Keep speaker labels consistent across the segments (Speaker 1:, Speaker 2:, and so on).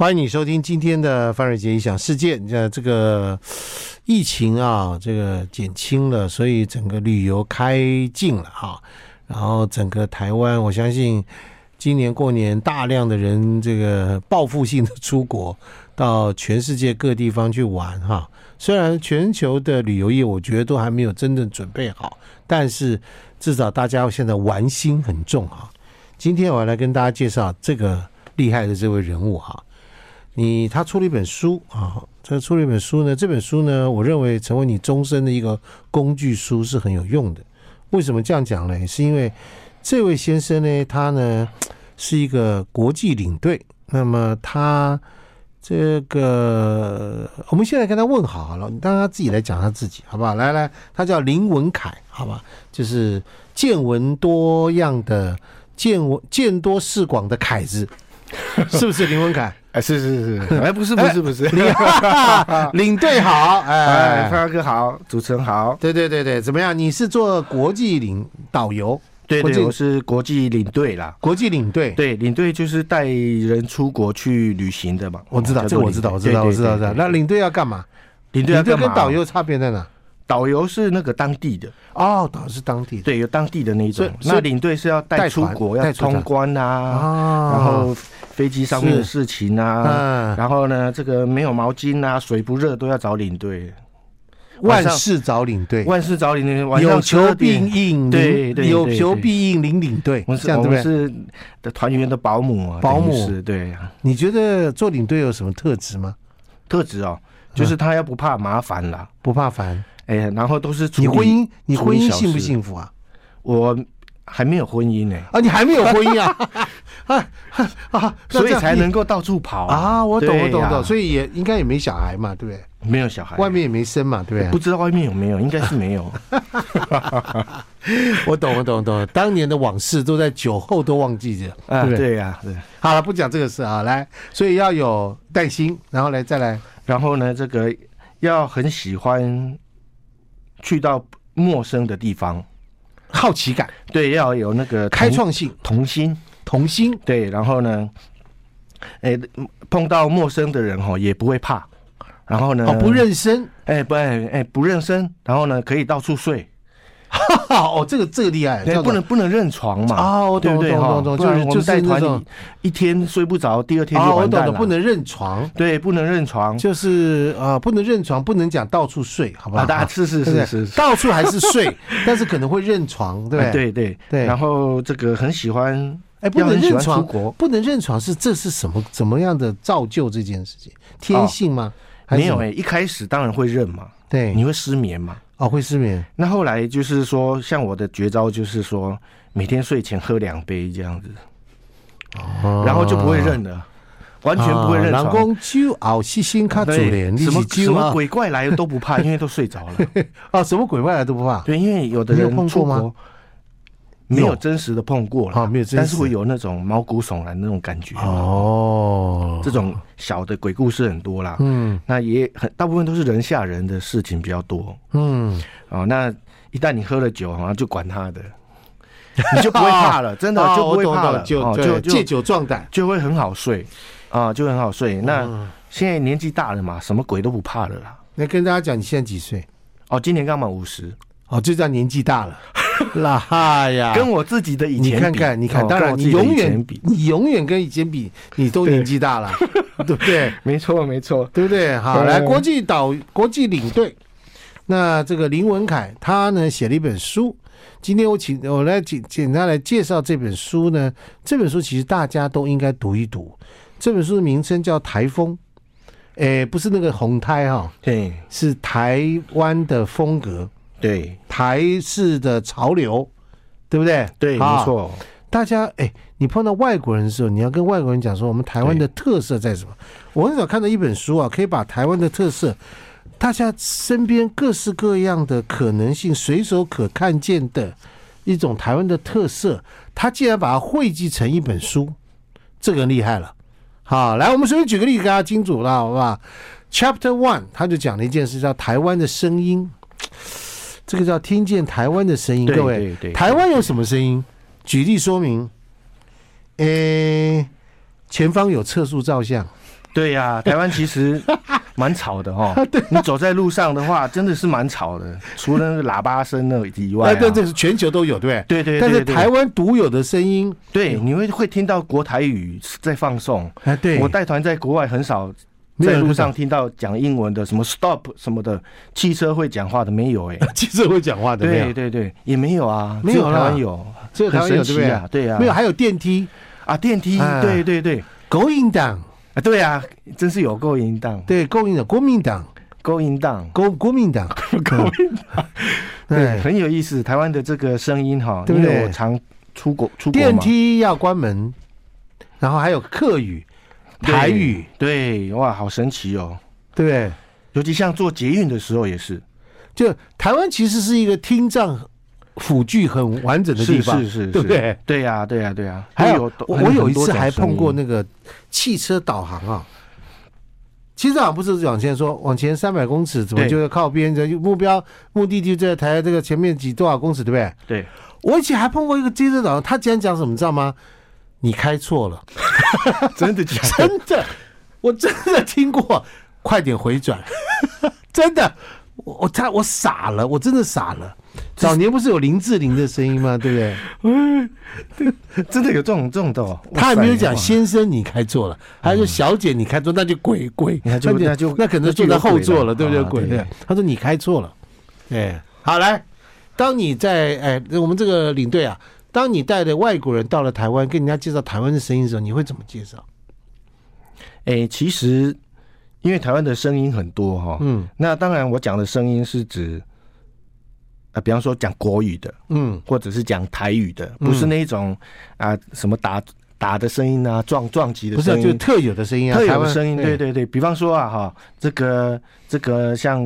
Speaker 1: 欢迎你收听今天的范瑞杰一想世界。呃，这个疫情啊，这个减轻了，所以整个旅游开禁了哈。然后整个台湾，我相信今年过年大量的人这个报复性的出国，到全世界各地方去玩哈。虽然全球的旅游业我觉得都还没有真正准备好，但是至少大家现在玩心很重哈。今天我要来跟大家介绍这个厉害的这位人物哈。你他出了一本书啊，他出了一本书呢，这本书呢，我认为成为你终身的一个工具书是很有用的。为什么这样讲呢？是因为这位先生呢，他呢是一个国际领队，那么他这个我们现在跟他问好好了，你让他自己来讲他自己，好不好？来来，他叫林文凯，好吧，就是见闻多样的见闻见多识广的凯子，是不是林文凯？
Speaker 2: 哎，是是是， 哎，不是不是不是，
Speaker 1: 领 领队好，
Speaker 2: 哎，
Speaker 1: 哎，
Speaker 2: 范哥好，主持人好，
Speaker 1: 对对对对，怎么样？你是做国际领导游，
Speaker 2: 对
Speaker 1: 国际
Speaker 2: 对，我是国际领队啦，
Speaker 1: 国际领队，
Speaker 2: 对，领队就是带人出国去旅行的嘛，
Speaker 1: 我知道
Speaker 2: 哦叫
Speaker 1: 这
Speaker 2: 做
Speaker 1: 个，我知道，我
Speaker 2: 领
Speaker 1: 知
Speaker 2: 队
Speaker 1: 道，我
Speaker 2: 对
Speaker 1: 知道，我知
Speaker 2: 对
Speaker 1: 道。
Speaker 2: 对
Speaker 1: 那领队要干嘛？
Speaker 2: 领队
Speaker 1: 领
Speaker 2: 要
Speaker 1: 队
Speaker 2: 干嘛
Speaker 1: 跟导，游差别在哪？
Speaker 2: 导游是那个当地的，
Speaker 1: 哦，导游是当地的，
Speaker 2: 对，有当地的那一种，
Speaker 1: 所以
Speaker 2: 那领队是要带
Speaker 1: 带
Speaker 2: 出
Speaker 1: 团
Speaker 2: 国，
Speaker 1: 带
Speaker 2: 要
Speaker 1: 出团
Speaker 2: 通关啊，
Speaker 1: 啊
Speaker 2: 然后飞机上面的事情啊，
Speaker 1: 嗯，
Speaker 2: 然后呢，这个没有毛巾啊，水不热都要找领队，晚
Speaker 1: 万
Speaker 2: 上
Speaker 1: 事找领队，
Speaker 2: 万事找领队，晚上
Speaker 1: 有求
Speaker 2: 12
Speaker 1: 必
Speaker 2: 点
Speaker 1: 应，
Speaker 2: 对
Speaker 1: 领
Speaker 2: 对对
Speaker 1: 有
Speaker 2: 对
Speaker 1: 求
Speaker 2: 对
Speaker 1: 必应，领领队
Speaker 2: 我，们
Speaker 1: 这
Speaker 2: 是，哦
Speaker 1: 样
Speaker 2: 我
Speaker 1: 对不对？
Speaker 2: 们是的团员的保姆啊，
Speaker 1: 保姆
Speaker 2: 等于是对啊
Speaker 1: 你觉得做领队有什么特质吗？
Speaker 2: 特质哦，就是
Speaker 1: 嗯
Speaker 2: 他要不怕麻烦啦，
Speaker 1: 不怕烦？
Speaker 2: 哎，然后都是处
Speaker 1: 你
Speaker 2: 理
Speaker 1: 婚，姻，你
Speaker 2: 处
Speaker 1: 婚
Speaker 2: 理
Speaker 1: 姻
Speaker 2: 小
Speaker 1: 幸不
Speaker 2: 事
Speaker 1: 幸福啊？
Speaker 2: 我还没有婚姻呢，
Speaker 1: 啊，你还没有婚姻 啊？ 啊啊，那
Speaker 2: 所以
Speaker 1: 这样
Speaker 2: 才能够到处跑
Speaker 1: 啊，我懂，我懂，我懂，所
Speaker 2: 以
Speaker 1: 以也应该也没小孩嘛，对不对？
Speaker 2: 没有小孩，
Speaker 1: 外面也没生嘛，对不
Speaker 2: 不
Speaker 1: 对？
Speaker 2: 知道外面有没有，应该是 没有，
Speaker 1: 我懂，我懂，我懂。当年的往事都在酒后都忘记着，
Speaker 2: 啊，
Speaker 1: 对不对？
Speaker 2: 对呀，对。
Speaker 1: 好了，不讲这个事啊，来，所以要有耐心，然后来再来，
Speaker 2: 然后呢，这个要很喜欢去到陌生的地方，
Speaker 1: 好奇感、
Speaker 2: 对，要有那个
Speaker 1: 开
Speaker 2: 同
Speaker 1: 创性、
Speaker 2: 童心，
Speaker 1: 童心，
Speaker 2: 对，然后呢，哎、碰到陌生的人哈也不会怕，然后呢，
Speaker 1: 哦，不，认生，
Speaker 2: 哎、不，哎、哎不认生，然后呢可以到处睡，
Speaker 1: 哦，这个这个厉害，
Speaker 2: 对
Speaker 1: 叫，做
Speaker 2: 不能不能认床嘛，
Speaker 1: 哦我懂
Speaker 2: 对不对
Speaker 1: 懂
Speaker 2: 哈
Speaker 1: 懂懂
Speaker 2: 不然
Speaker 1: 就是
Speaker 2: 我
Speaker 1: 就
Speaker 2: 们
Speaker 1: 是
Speaker 2: 带
Speaker 1: 那
Speaker 2: 团
Speaker 1: 种
Speaker 2: 你一天睡不着，第二天
Speaker 1: 啊，
Speaker 2: 就
Speaker 1: 我
Speaker 2: 完
Speaker 1: 懂
Speaker 2: 蛋了，
Speaker 1: 了，不能认床，
Speaker 2: 对，不能认床，
Speaker 1: 就是啊，不能认床，不能讲到处睡，好不好
Speaker 2: 啊，？大家是是
Speaker 1: 对不对
Speaker 2: 是是是。
Speaker 1: 到处还是 睡，但是可能会认床，对不
Speaker 2: 啊对对
Speaker 1: 对
Speaker 2: 然后这个很喜欢，
Speaker 1: 哎，不
Speaker 2: 要
Speaker 1: 能
Speaker 2: 很喜
Speaker 1: 认
Speaker 2: 欢出
Speaker 1: 床，
Speaker 2: 国，
Speaker 1: 不能认床是这是什么怎么样的造就这件事情？天性吗？还是
Speaker 2: 没有
Speaker 1: 什么
Speaker 2: 哎、一开始当然会认嘛，
Speaker 1: 对，
Speaker 2: 你会失眠嘛，
Speaker 1: 哦，会失眠
Speaker 2: 那后来就是说，像我的绝招就是说，每天睡前喝两杯这样子，
Speaker 1: 哦啊
Speaker 2: 然后就不会认了，完全不会认
Speaker 1: 老
Speaker 2: 床。
Speaker 1: 公就熬细心看主
Speaker 2: 对
Speaker 1: 人，你
Speaker 2: 什么
Speaker 1: 是
Speaker 2: 什
Speaker 1: 揪
Speaker 2: 么
Speaker 1: 啊
Speaker 2: 鬼怪来都不怕，因为都 睡着了。
Speaker 1: 啊，什么鬼外来都不怕。
Speaker 2: 对，因为有的
Speaker 1: 你有碰
Speaker 2: 人
Speaker 1: 过
Speaker 2: 出
Speaker 1: 吗
Speaker 2: 国没有真实的碰过
Speaker 1: 啊
Speaker 2: 了，
Speaker 1: 没有真实
Speaker 2: 但是会有那种毛骨悚然那种感觉。
Speaker 1: 哦，
Speaker 2: 这种小的鬼故事很多啦，
Speaker 1: 嗯
Speaker 2: 那也很大部分都是人吓人的事情比较多
Speaker 1: 嗯，
Speaker 2: 哦。那一旦你喝了酒，好像就管他的，你就不会 怕了，真的
Speaker 1: 啊
Speaker 2: 就不
Speaker 1: 我
Speaker 2: 会
Speaker 1: 懂
Speaker 2: 怕
Speaker 1: 懂
Speaker 2: 了，
Speaker 1: 就
Speaker 2: 哦
Speaker 1: 就
Speaker 2: 就
Speaker 1: 借
Speaker 2: 就
Speaker 1: 酒壮胆。
Speaker 2: 就会很好睡啊，就很好睡。那
Speaker 1: 嗯
Speaker 2: 现在年纪大了嘛，什么鬼都不怕了啦。
Speaker 1: 那跟大家讲，你现在几岁？
Speaker 2: 哦，今年刚满五十，
Speaker 1: 哦，就叫年纪大 了，啦哈呀，
Speaker 2: 跟我自己的以
Speaker 1: 啊你
Speaker 2: 前比，
Speaker 1: 看看，你看，
Speaker 2: 哦
Speaker 1: 当
Speaker 2: 跟
Speaker 1: 然
Speaker 2: 我自
Speaker 1: 你
Speaker 2: 己的
Speaker 1: 永
Speaker 2: 以前
Speaker 1: 远
Speaker 2: 比，
Speaker 1: 你永远跟以前比，你都
Speaker 2: 对
Speaker 1: 年纪大 了，对不对？
Speaker 2: 没错没错。
Speaker 1: 对不对？好，
Speaker 2: 对
Speaker 1: 来国际导国际领队，那这个林文凯他呢写了一本书，今天我请我来简简单来介绍这本书呢。这本书其实大家都应该读一读，这本书的名称叫《台风》，诶，不是那个红胎哈、
Speaker 2: 对
Speaker 1: 是台湾的风格，
Speaker 2: 对
Speaker 1: 台式的潮流，对不对？
Speaker 2: 对，
Speaker 1: 啊
Speaker 2: 没错。
Speaker 1: 大家哎、你碰到外国人的时候，你要跟外国人讲说我们台湾的特色在什么？我很少看到一本书啊，可以把台湾的特色，大家身边各式各样的可能性，随手可看见的一种台湾的特色，他竟然把它汇集成一本书，这个厉害了。好，来，我们随便举个例子，给大家清楚了，好不好？Chapter One，他就讲了一件事，叫台湾的声音，这个叫听见台湾的声音，
Speaker 2: 对
Speaker 1: 嗯各位。
Speaker 2: 对对，
Speaker 1: 台湾有什么声音？举例说明。诶、前方有测速照相，
Speaker 2: 对呀、台湾 其实蛮吵的
Speaker 1: 啊
Speaker 2: 哦。你走在路上的话，真的是蛮吵的，除了那个喇叭声那以外、
Speaker 1: 那
Speaker 2: 啊，
Speaker 1: 这哎这是全球都有，对不
Speaker 2: 对对对
Speaker 1: 但是
Speaker 2: 对
Speaker 1: 台湾独有的声音，
Speaker 2: 对，你会会听到国台语在放送。
Speaker 1: 啊，对
Speaker 2: 我带团在国外很少
Speaker 1: 没有
Speaker 2: 在路
Speaker 1: 人
Speaker 2: 上听到讲英文的，什么 stop 什么的，汽车会讲话的没有哎、
Speaker 1: 记者会讲话的，没
Speaker 2: 对
Speaker 1: 有，
Speaker 2: 对对，也没有啊，
Speaker 1: 没有
Speaker 2: 只
Speaker 1: 啦
Speaker 2: 台湾有，
Speaker 1: 只有台湾有
Speaker 2: 很神奇啊，对呀、啊，
Speaker 1: 没有，还有电梯，
Speaker 2: 啊，电梯，
Speaker 1: 啊
Speaker 2: 对对对，
Speaker 1: 国民党，
Speaker 2: 啊，对啊，真是有够淫荡，
Speaker 1: 对，国民党，国民党，
Speaker 2: 够淫荡，
Speaker 1: 国国民 党，国民党，
Speaker 2: 对，
Speaker 1: 对，
Speaker 2: 很有意思。台湾的这个声音哈，
Speaker 1: 对
Speaker 2: 因
Speaker 1: 不对
Speaker 2: 为我常出国出国嘛
Speaker 1: 电梯要关门，然后还有客语、
Speaker 2: 对
Speaker 1: 台语，
Speaker 2: 对，哇，好神奇哦。
Speaker 1: 对不对？
Speaker 2: 尤其像做捷运的时候也是，
Speaker 1: 就台湾其实是一个听障辅具很完整的地
Speaker 2: 是
Speaker 1: 方，
Speaker 2: 是是，
Speaker 1: 对不
Speaker 2: 是
Speaker 1: 对？？
Speaker 2: 对呀，对啊呀，对呀。
Speaker 1: 还
Speaker 2: 会
Speaker 1: 有我
Speaker 2: 很
Speaker 1: 我有一
Speaker 2: 很多
Speaker 1: 次还
Speaker 2: 种声
Speaker 1: 碰过
Speaker 2: 音
Speaker 1: 那个汽车导航啊，汽车导航不是往前说往前三百公尺，怎么
Speaker 2: 对
Speaker 1: 就要靠边？这就目标目的地就在台这个前面几多少公尺，对不对？
Speaker 2: 对，
Speaker 1: 我以前还碰过一个汽车导航，他竟然讲什么，你知道吗？你开错了，
Speaker 2: 真的假的？
Speaker 1: 真的，我真的听过，快点回转， 真的。我我他我傻了，我真的傻了。早年不是有林志玲的声音吗？对不对？
Speaker 2: 真的有这种这种的哦？
Speaker 1: 他还
Speaker 2: 哇塞
Speaker 1: 没有讲
Speaker 2: 哇
Speaker 1: 先生你开错了，还说小姐你开错，那就鬼鬼，
Speaker 2: 那就那就
Speaker 1: 那可能
Speaker 2: 那就
Speaker 1: 坐
Speaker 2: 有
Speaker 1: 在后
Speaker 2: 鬼
Speaker 1: 座
Speaker 2: 了
Speaker 1: 了，对不对？
Speaker 2: 啊
Speaker 1: 鬼
Speaker 2: 对
Speaker 1: 对，他说你开错了，哎，好来，当你在哎我们这个领队啊，当你带着外国人到了台湾，跟人家介绍台湾的声音的时候，你会怎么介绍？
Speaker 2: 诶，其实因为台湾的声音很多哈、
Speaker 1: 嗯
Speaker 2: 那当然我讲的声音是指，啊，比方说讲国语的，
Speaker 1: 嗯，
Speaker 2: 或者是讲台语的，不是那种啊、什么打打的声音啊，撞撞击的
Speaker 1: 不是啊，
Speaker 2: 声
Speaker 1: 就是
Speaker 2: 音，
Speaker 1: 特有的声音啊，
Speaker 2: 特
Speaker 1: 台
Speaker 2: 有的
Speaker 1: 湾
Speaker 2: 声音，对，对对，比方说啊哈，这个这个像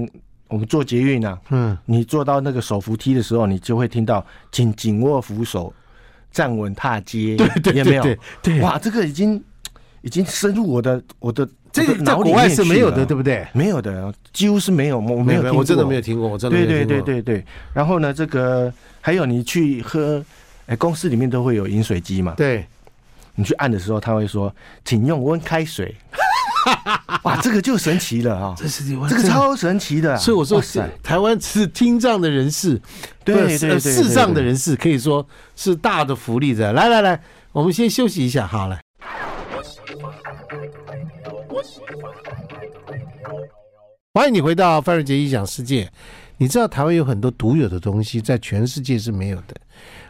Speaker 2: 我们做捷运啊，
Speaker 1: 嗯，
Speaker 2: 你坐到那个手扶梯的时候，你就会听到紧紧握扶手，站稳踏阶，
Speaker 1: 对对对
Speaker 2: 有没
Speaker 1: 对
Speaker 2: 有？
Speaker 1: 对对，
Speaker 2: 哇，这个已经已经深入我的我的
Speaker 1: 这
Speaker 2: 我
Speaker 1: 个
Speaker 2: 的
Speaker 1: 在
Speaker 2: 脑里
Speaker 1: 国外
Speaker 2: 面
Speaker 1: 是没
Speaker 2: 去
Speaker 1: 有
Speaker 2: 了
Speaker 1: 的，对不对？
Speaker 2: 没有的，几乎是没有，我没有听过，
Speaker 1: 我真的没有。听过，我真的没
Speaker 2: 对
Speaker 1: 有听
Speaker 2: 对
Speaker 1: 过。
Speaker 2: 对对对。然后呢，这个还有你去喝，哎，公司里面都会有饮水机嘛，
Speaker 1: 对，
Speaker 2: 你去按的时候，他会说，请用温 开水。哇，这个就神奇了啊、
Speaker 1: 这是
Speaker 2: 这个。超神奇的啊、
Speaker 1: 所以我说
Speaker 2: 哇塞，
Speaker 1: 台湾是听障的人士，
Speaker 2: 对
Speaker 1: 不是
Speaker 2: 对对
Speaker 1: 呃
Speaker 2: 对，
Speaker 1: 视
Speaker 2: 对
Speaker 1: 障的。人士可以说是大的福利的。来来来，我们先休息一下，好了。欢迎你回到范瑞杰异想世界。你知道台湾有很多独有的东西，在全世界是没有的。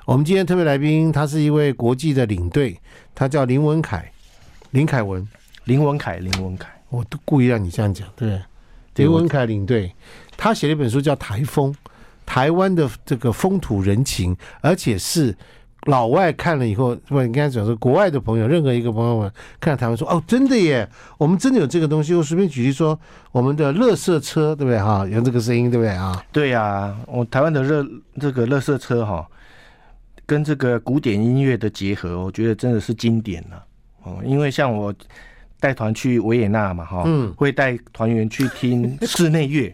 Speaker 1: 我们今天特别来宾，他是一位国际的领队，他叫林文凯，林凯文。
Speaker 2: 林文凯，林文凯，
Speaker 1: 我都故意让你这样讲，对不对？
Speaker 2: 对
Speaker 1: 林
Speaker 2: 我
Speaker 1: 文凯领队，他写了一本书叫《台风》，台湾的这个风土人情，而且是老外看了以后，不，你刚才讲说国外的朋友，任何一个朋友们看到台湾说，哦，真的耶，我们真的有这个东西。我随便举例说，我们的垃圾车，对不对哈？有这个声音，对不对啊？
Speaker 2: 对呀、我台湾的热这个乐色车哈、跟这个古典音乐的结合，我觉得真的是经典了、哦，因为像我带团去维也纳嘛哈、
Speaker 1: 嗯，
Speaker 2: 会带团员去 听室内乐，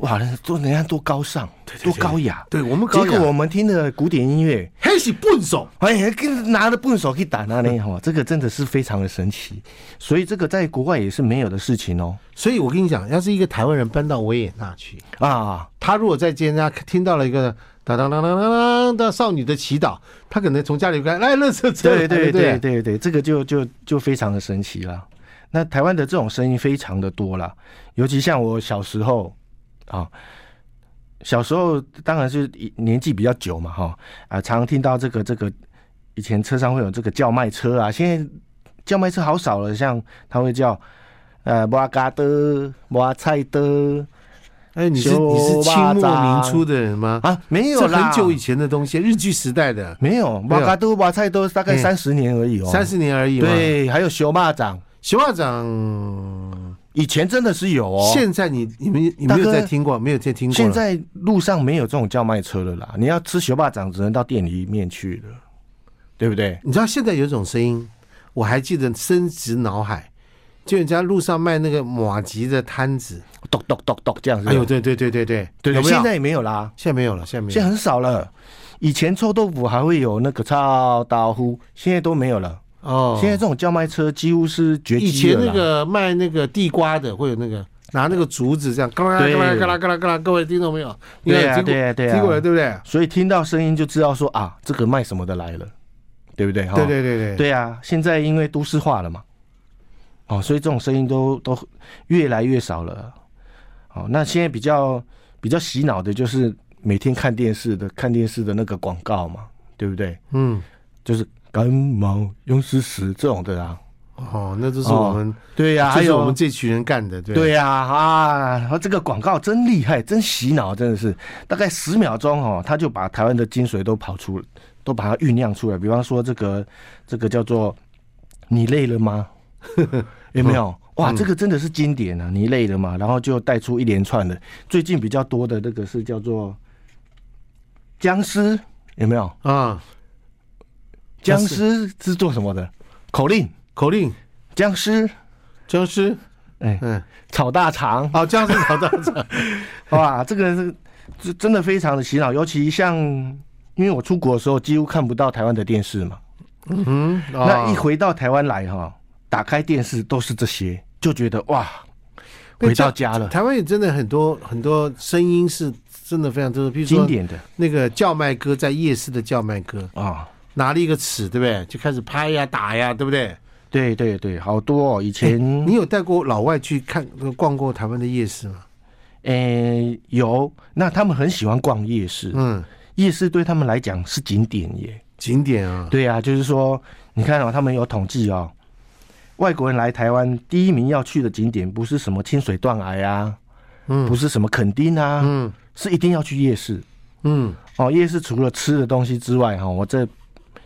Speaker 2: 哇，人多人家多高尚，多高雅。
Speaker 1: 对我们
Speaker 2: 结果我们听的古典音乐，
Speaker 1: 还是笨手，
Speaker 2: 哎，跟拿着笨手去打那里哈，这个真的是非常的神奇，所以这个在国外也是没有的事情哦。
Speaker 1: 所以我跟你讲，要是一个台湾人搬到维也纳去，
Speaker 2: 啊，
Speaker 1: 他如果在街上听到了一个当当当当当当的少女的祈祷，他可能从家里看，来，哎乐色车，
Speaker 2: 对对
Speaker 1: 不
Speaker 2: 对对对，这个就就就非常的神奇了。那台湾的这种声音非常的多啦，尤其像我小时候啊，小时候当然是一年纪比较久嘛，哈啊，常常听到这个这个以前车上会有这个叫卖车啊，现在叫卖车好少了，像他会叫呃摩嘎的摩菜的
Speaker 1: 哎，你是
Speaker 2: 修
Speaker 1: 你是清
Speaker 2: 巴
Speaker 1: 末
Speaker 2: 掌
Speaker 1: 明初的人吗？
Speaker 2: 啊，没有
Speaker 1: 这
Speaker 2: 啦，
Speaker 1: 很久以前的东西，日据时代的，
Speaker 2: 没有摩嘎的摩菜的大概
Speaker 1: 嗯
Speaker 2: 三十年而已哦，
Speaker 1: 三十年而已嘛。，
Speaker 2: 对，还有熊蚂蚱。
Speaker 1: 熊校长，
Speaker 2: 以前真的是有哦，
Speaker 1: 现在你你们你
Speaker 2: 大
Speaker 1: 没
Speaker 2: 哥
Speaker 1: 有在听过，没有在听过了。
Speaker 2: 现在路上没有这种叫卖车了啦，你要吃学霸掌只能到店里面去了，对不对？
Speaker 1: 你知道现在有一种声音，我还记得深植脑海，就人家路上卖那个马吉的摊子，
Speaker 2: 咚咚咚咚这样子。
Speaker 1: 哎呦，对对对对对，
Speaker 2: 对
Speaker 1: 有没有？
Speaker 2: 现在也没有啦，
Speaker 1: 现在没有了，现在没
Speaker 2: 现在
Speaker 1: 有。
Speaker 2: 很少了。以前臭豆腐还会有那个臭豆腐，现在都没有了。
Speaker 1: 哦，
Speaker 2: 现在这种叫卖车几乎是绝
Speaker 1: 以
Speaker 2: 迹
Speaker 1: 前
Speaker 2: 了
Speaker 1: 那
Speaker 2: 啦。
Speaker 1: 个卖那个地瓜的会有那个拿那个竹子这样，嘎啦嘎
Speaker 2: 对
Speaker 1: 啦嘎啦嘎啦嘎啦，各位听到没有？你有
Speaker 2: 对啊
Speaker 1: 听过
Speaker 2: 对啊对啊
Speaker 1: 听过了对不对？
Speaker 2: 所以听到声音就知道说啊，这个卖什么的来了，对不对？哈
Speaker 1: 对对对对，
Speaker 2: 对啊，现在因为都市化了嘛，哦，所以这种声音都都越来越少了。哦，那现在比较比较洗脑的就是每天看电视的看电视的那个广告嘛，对不对？
Speaker 1: 嗯，
Speaker 2: 就是感冒用湿湿这种的啊。
Speaker 1: 哦，那就是我们，
Speaker 2: 对呀、
Speaker 1: 就
Speaker 2: 还
Speaker 1: 是
Speaker 2: 有
Speaker 1: 我们这群人干的，对
Speaker 2: 对呀啊然后这个广告真厉害，真洗脑，真的是大概十秒钟哦，他就把台湾的精髓都跑出，都把它酝酿出来。比方说这个这个叫做“你累了吗”， 有没
Speaker 1: 嗯
Speaker 2: 有？哇，这个真的是经典啊！你累了吗？然后就带出一连串的，最近比较多的那个是叫做僵尸，有没有？
Speaker 1: 啊，
Speaker 2: 僵
Speaker 1: 僵
Speaker 2: 尸是做什么的？口令，
Speaker 1: 口令
Speaker 2: 僵尸，
Speaker 1: 僵尸，
Speaker 2: 哎、
Speaker 1: 嗯，
Speaker 2: 炒大肠，
Speaker 1: 好，僵尸找到这，
Speaker 2: 哇，这个是这真的非常的洗脑，尤其像因为我出国的时候几乎看不到台湾的电视嘛，
Speaker 1: 嗯，哦
Speaker 2: 那一回到台湾来哈，打开电视都是这些，就觉得哇，
Speaker 1: 那
Speaker 2: 回到
Speaker 1: 这
Speaker 2: 家了，
Speaker 1: 台湾也真的很多很多声音是真的非常多，比如
Speaker 2: 经
Speaker 1: 说
Speaker 2: 典的
Speaker 1: 那个叫卖哥在夜市的叫卖哥，
Speaker 2: 啊、
Speaker 1: 拿了一个尺，对不对？就开始拍呀打呀，对不对？
Speaker 2: 对对对，好多哦，以前
Speaker 1: 你有带过老外去看逛过台湾的夜市吗？
Speaker 2: 诶、有，那他们很喜欢逛夜市，
Speaker 1: 嗯，
Speaker 2: 夜市对他们来讲是景点耶，
Speaker 1: 景点啊，
Speaker 2: 对啊，就是说，你看哦，他们有统计哦，外国人来台湾第一名要去的景点不是什么清水断崖啊，
Speaker 1: 嗯
Speaker 2: 不是什么垦丁啊，
Speaker 1: 嗯
Speaker 2: 是一定要去夜市
Speaker 1: 嗯，
Speaker 2: 哦。夜市除了吃的东西之外，哈、哦，我这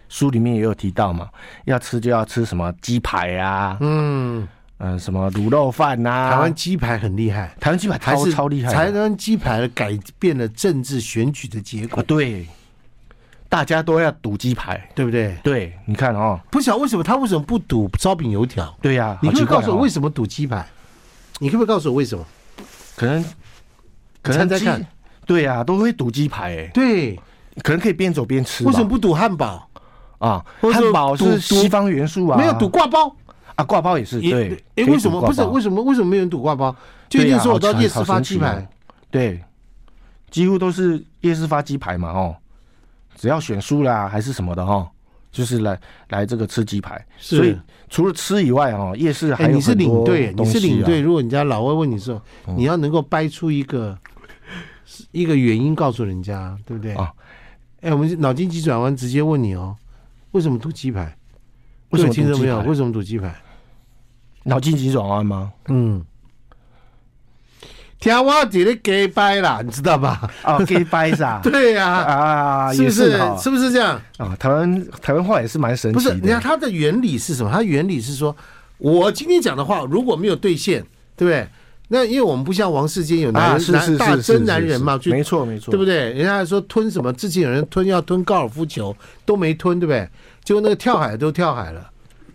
Speaker 2: 书里面也有提到嘛，要吃就要吃什么鸡排啊，
Speaker 1: 嗯，
Speaker 2: 嗯、什么卤肉饭呐、
Speaker 1: 台湾鸡排很厉害，
Speaker 2: 台湾鸡排
Speaker 1: 还
Speaker 2: 啊超
Speaker 1: 是
Speaker 2: 超厉害的
Speaker 1: 台湾鸡排改变了政治选举的结
Speaker 2: 啊，
Speaker 1: 果，
Speaker 2: 对，大家都要赌鸡排。
Speaker 1: 对不对？
Speaker 2: 对，你看哦，
Speaker 1: 不晓得为什么他为什么不赌烧饼油条？
Speaker 2: 对呀、
Speaker 1: 你
Speaker 2: 好
Speaker 1: 可不可以
Speaker 2: 奇怪
Speaker 1: 告诉我
Speaker 2: 哦
Speaker 1: 为什么赌鸡排？你可不可以告诉我为什么？
Speaker 2: 可能可能
Speaker 1: 猜猜
Speaker 2: 鸡
Speaker 1: 看，
Speaker 2: 对呀、都会赌鸡排哎、
Speaker 1: 对，
Speaker 2: 可能可以边走边吃吧。
Speaker 1: 为什么不赌汉堡？
Speaker 2: 啊？
Speaker 1: 或者
Speaker 2: 汉堡
Speaker 1: 赌
Speaker 2: 是西方元素啊，
Speaker 1: 没有赌挂包？
Speaker 2: 啊，挂包也是对
Speaker 1: 也。哎，
Speaker 2: 可以
Speaker 1: 为什么
Speaker 2: 赌挂
Speaker 1: 不是？
Speaker 2: 包
Speaker 1: 为什么为什么没有人赌挂包？就一
Speaker 2: 对
Speaker 1: 定
Speaker 2: 啊
Speaker 1: 是我到
Speaker 2: 好
Speaker 1: 夜市
Speaker 2: 好
Speaker 1: 发
Speaker 2: 神
Speaker 1: 鸡
Speaker 2: 奇
Speaker 1: 排
Speaker 2: 哦。对，几乎都是夜市发鸡排嘛哦，只要选输啦还是什么的哦，就是来来这个吃鸡排。
Speaker 1: 是
Speaker 2: 所以除了吃以外哦，夜市还
Speaker 1: 哎，
Speaker 2: 有
Speaker 1: 你是
Speaker 2: 很
Speaker 1: 领
Speaker 2: 多
Speaker 1: 队，你
Speaker 2: 东
Speaker 1: 是
Speaker 2: 西
Speaker 1: 领
Speaker 2: 啊嗯
Speaker 1: 队。如果人家老外问你说，你要能够掰出一个一个原因告诉人家，对不对？
Speaker 2: 啊
Speaker 1: 哎，我们脑筋急转弯直接问你哦，为什么赌鸡排？
Speaker 2: 为什
Speaker 1: 各位
Speaker 2: 么
Speaker 1: 听
Speaker 2: 赌
Speaker 1: 到没有？
Speaker 2: 鸡排
Speaker 1: 为什么赌鸡排？
Speaker 2: 脑筋急转弯吗？
Speaker 1: 嗯，听我这里给掰啦，你知道吧？
Speaker 2: 啊 g a y bye 啊
Speaker 1: 对呀、
Speaker 2: 啊，
Speaker 1: 是
Speaker 2: 也
Speaker 1: 不
Speaker 2: 是
Speaker 1: 是
Speaker 2: 哈？
Speaker 1: 是不是这样？
Speaker 2: 啊，台湾台湾话也是蛮神
Speaker 1: 不
Speaker 2: 奇
Speaker 1: 是，
Speaker 2: 的。
Speaker 1: 你看它的原理是什么？它原理是说，我今天讲的话如果没有兑现，对不对？那因为我们不像王世坚有男
Speaker 2: 啊，
Speaker 1: 人、
Speaker 2: 是
Speaker 1: 男
Speaker 2: 是是
Speaker 1: 大
Speaker 2: 是
Speaker 1: 真
Speaker 2: 是
Speaker 1: 男
Speaker 2: 是
Speaker 1: 人嘛，去
Speaker 2: 没错没错，
Speaker 1: 对不对？人家还说吞什么，之前有人吞要吞高尔夫球都没吞，对不对？结果那个跳海都跳海了，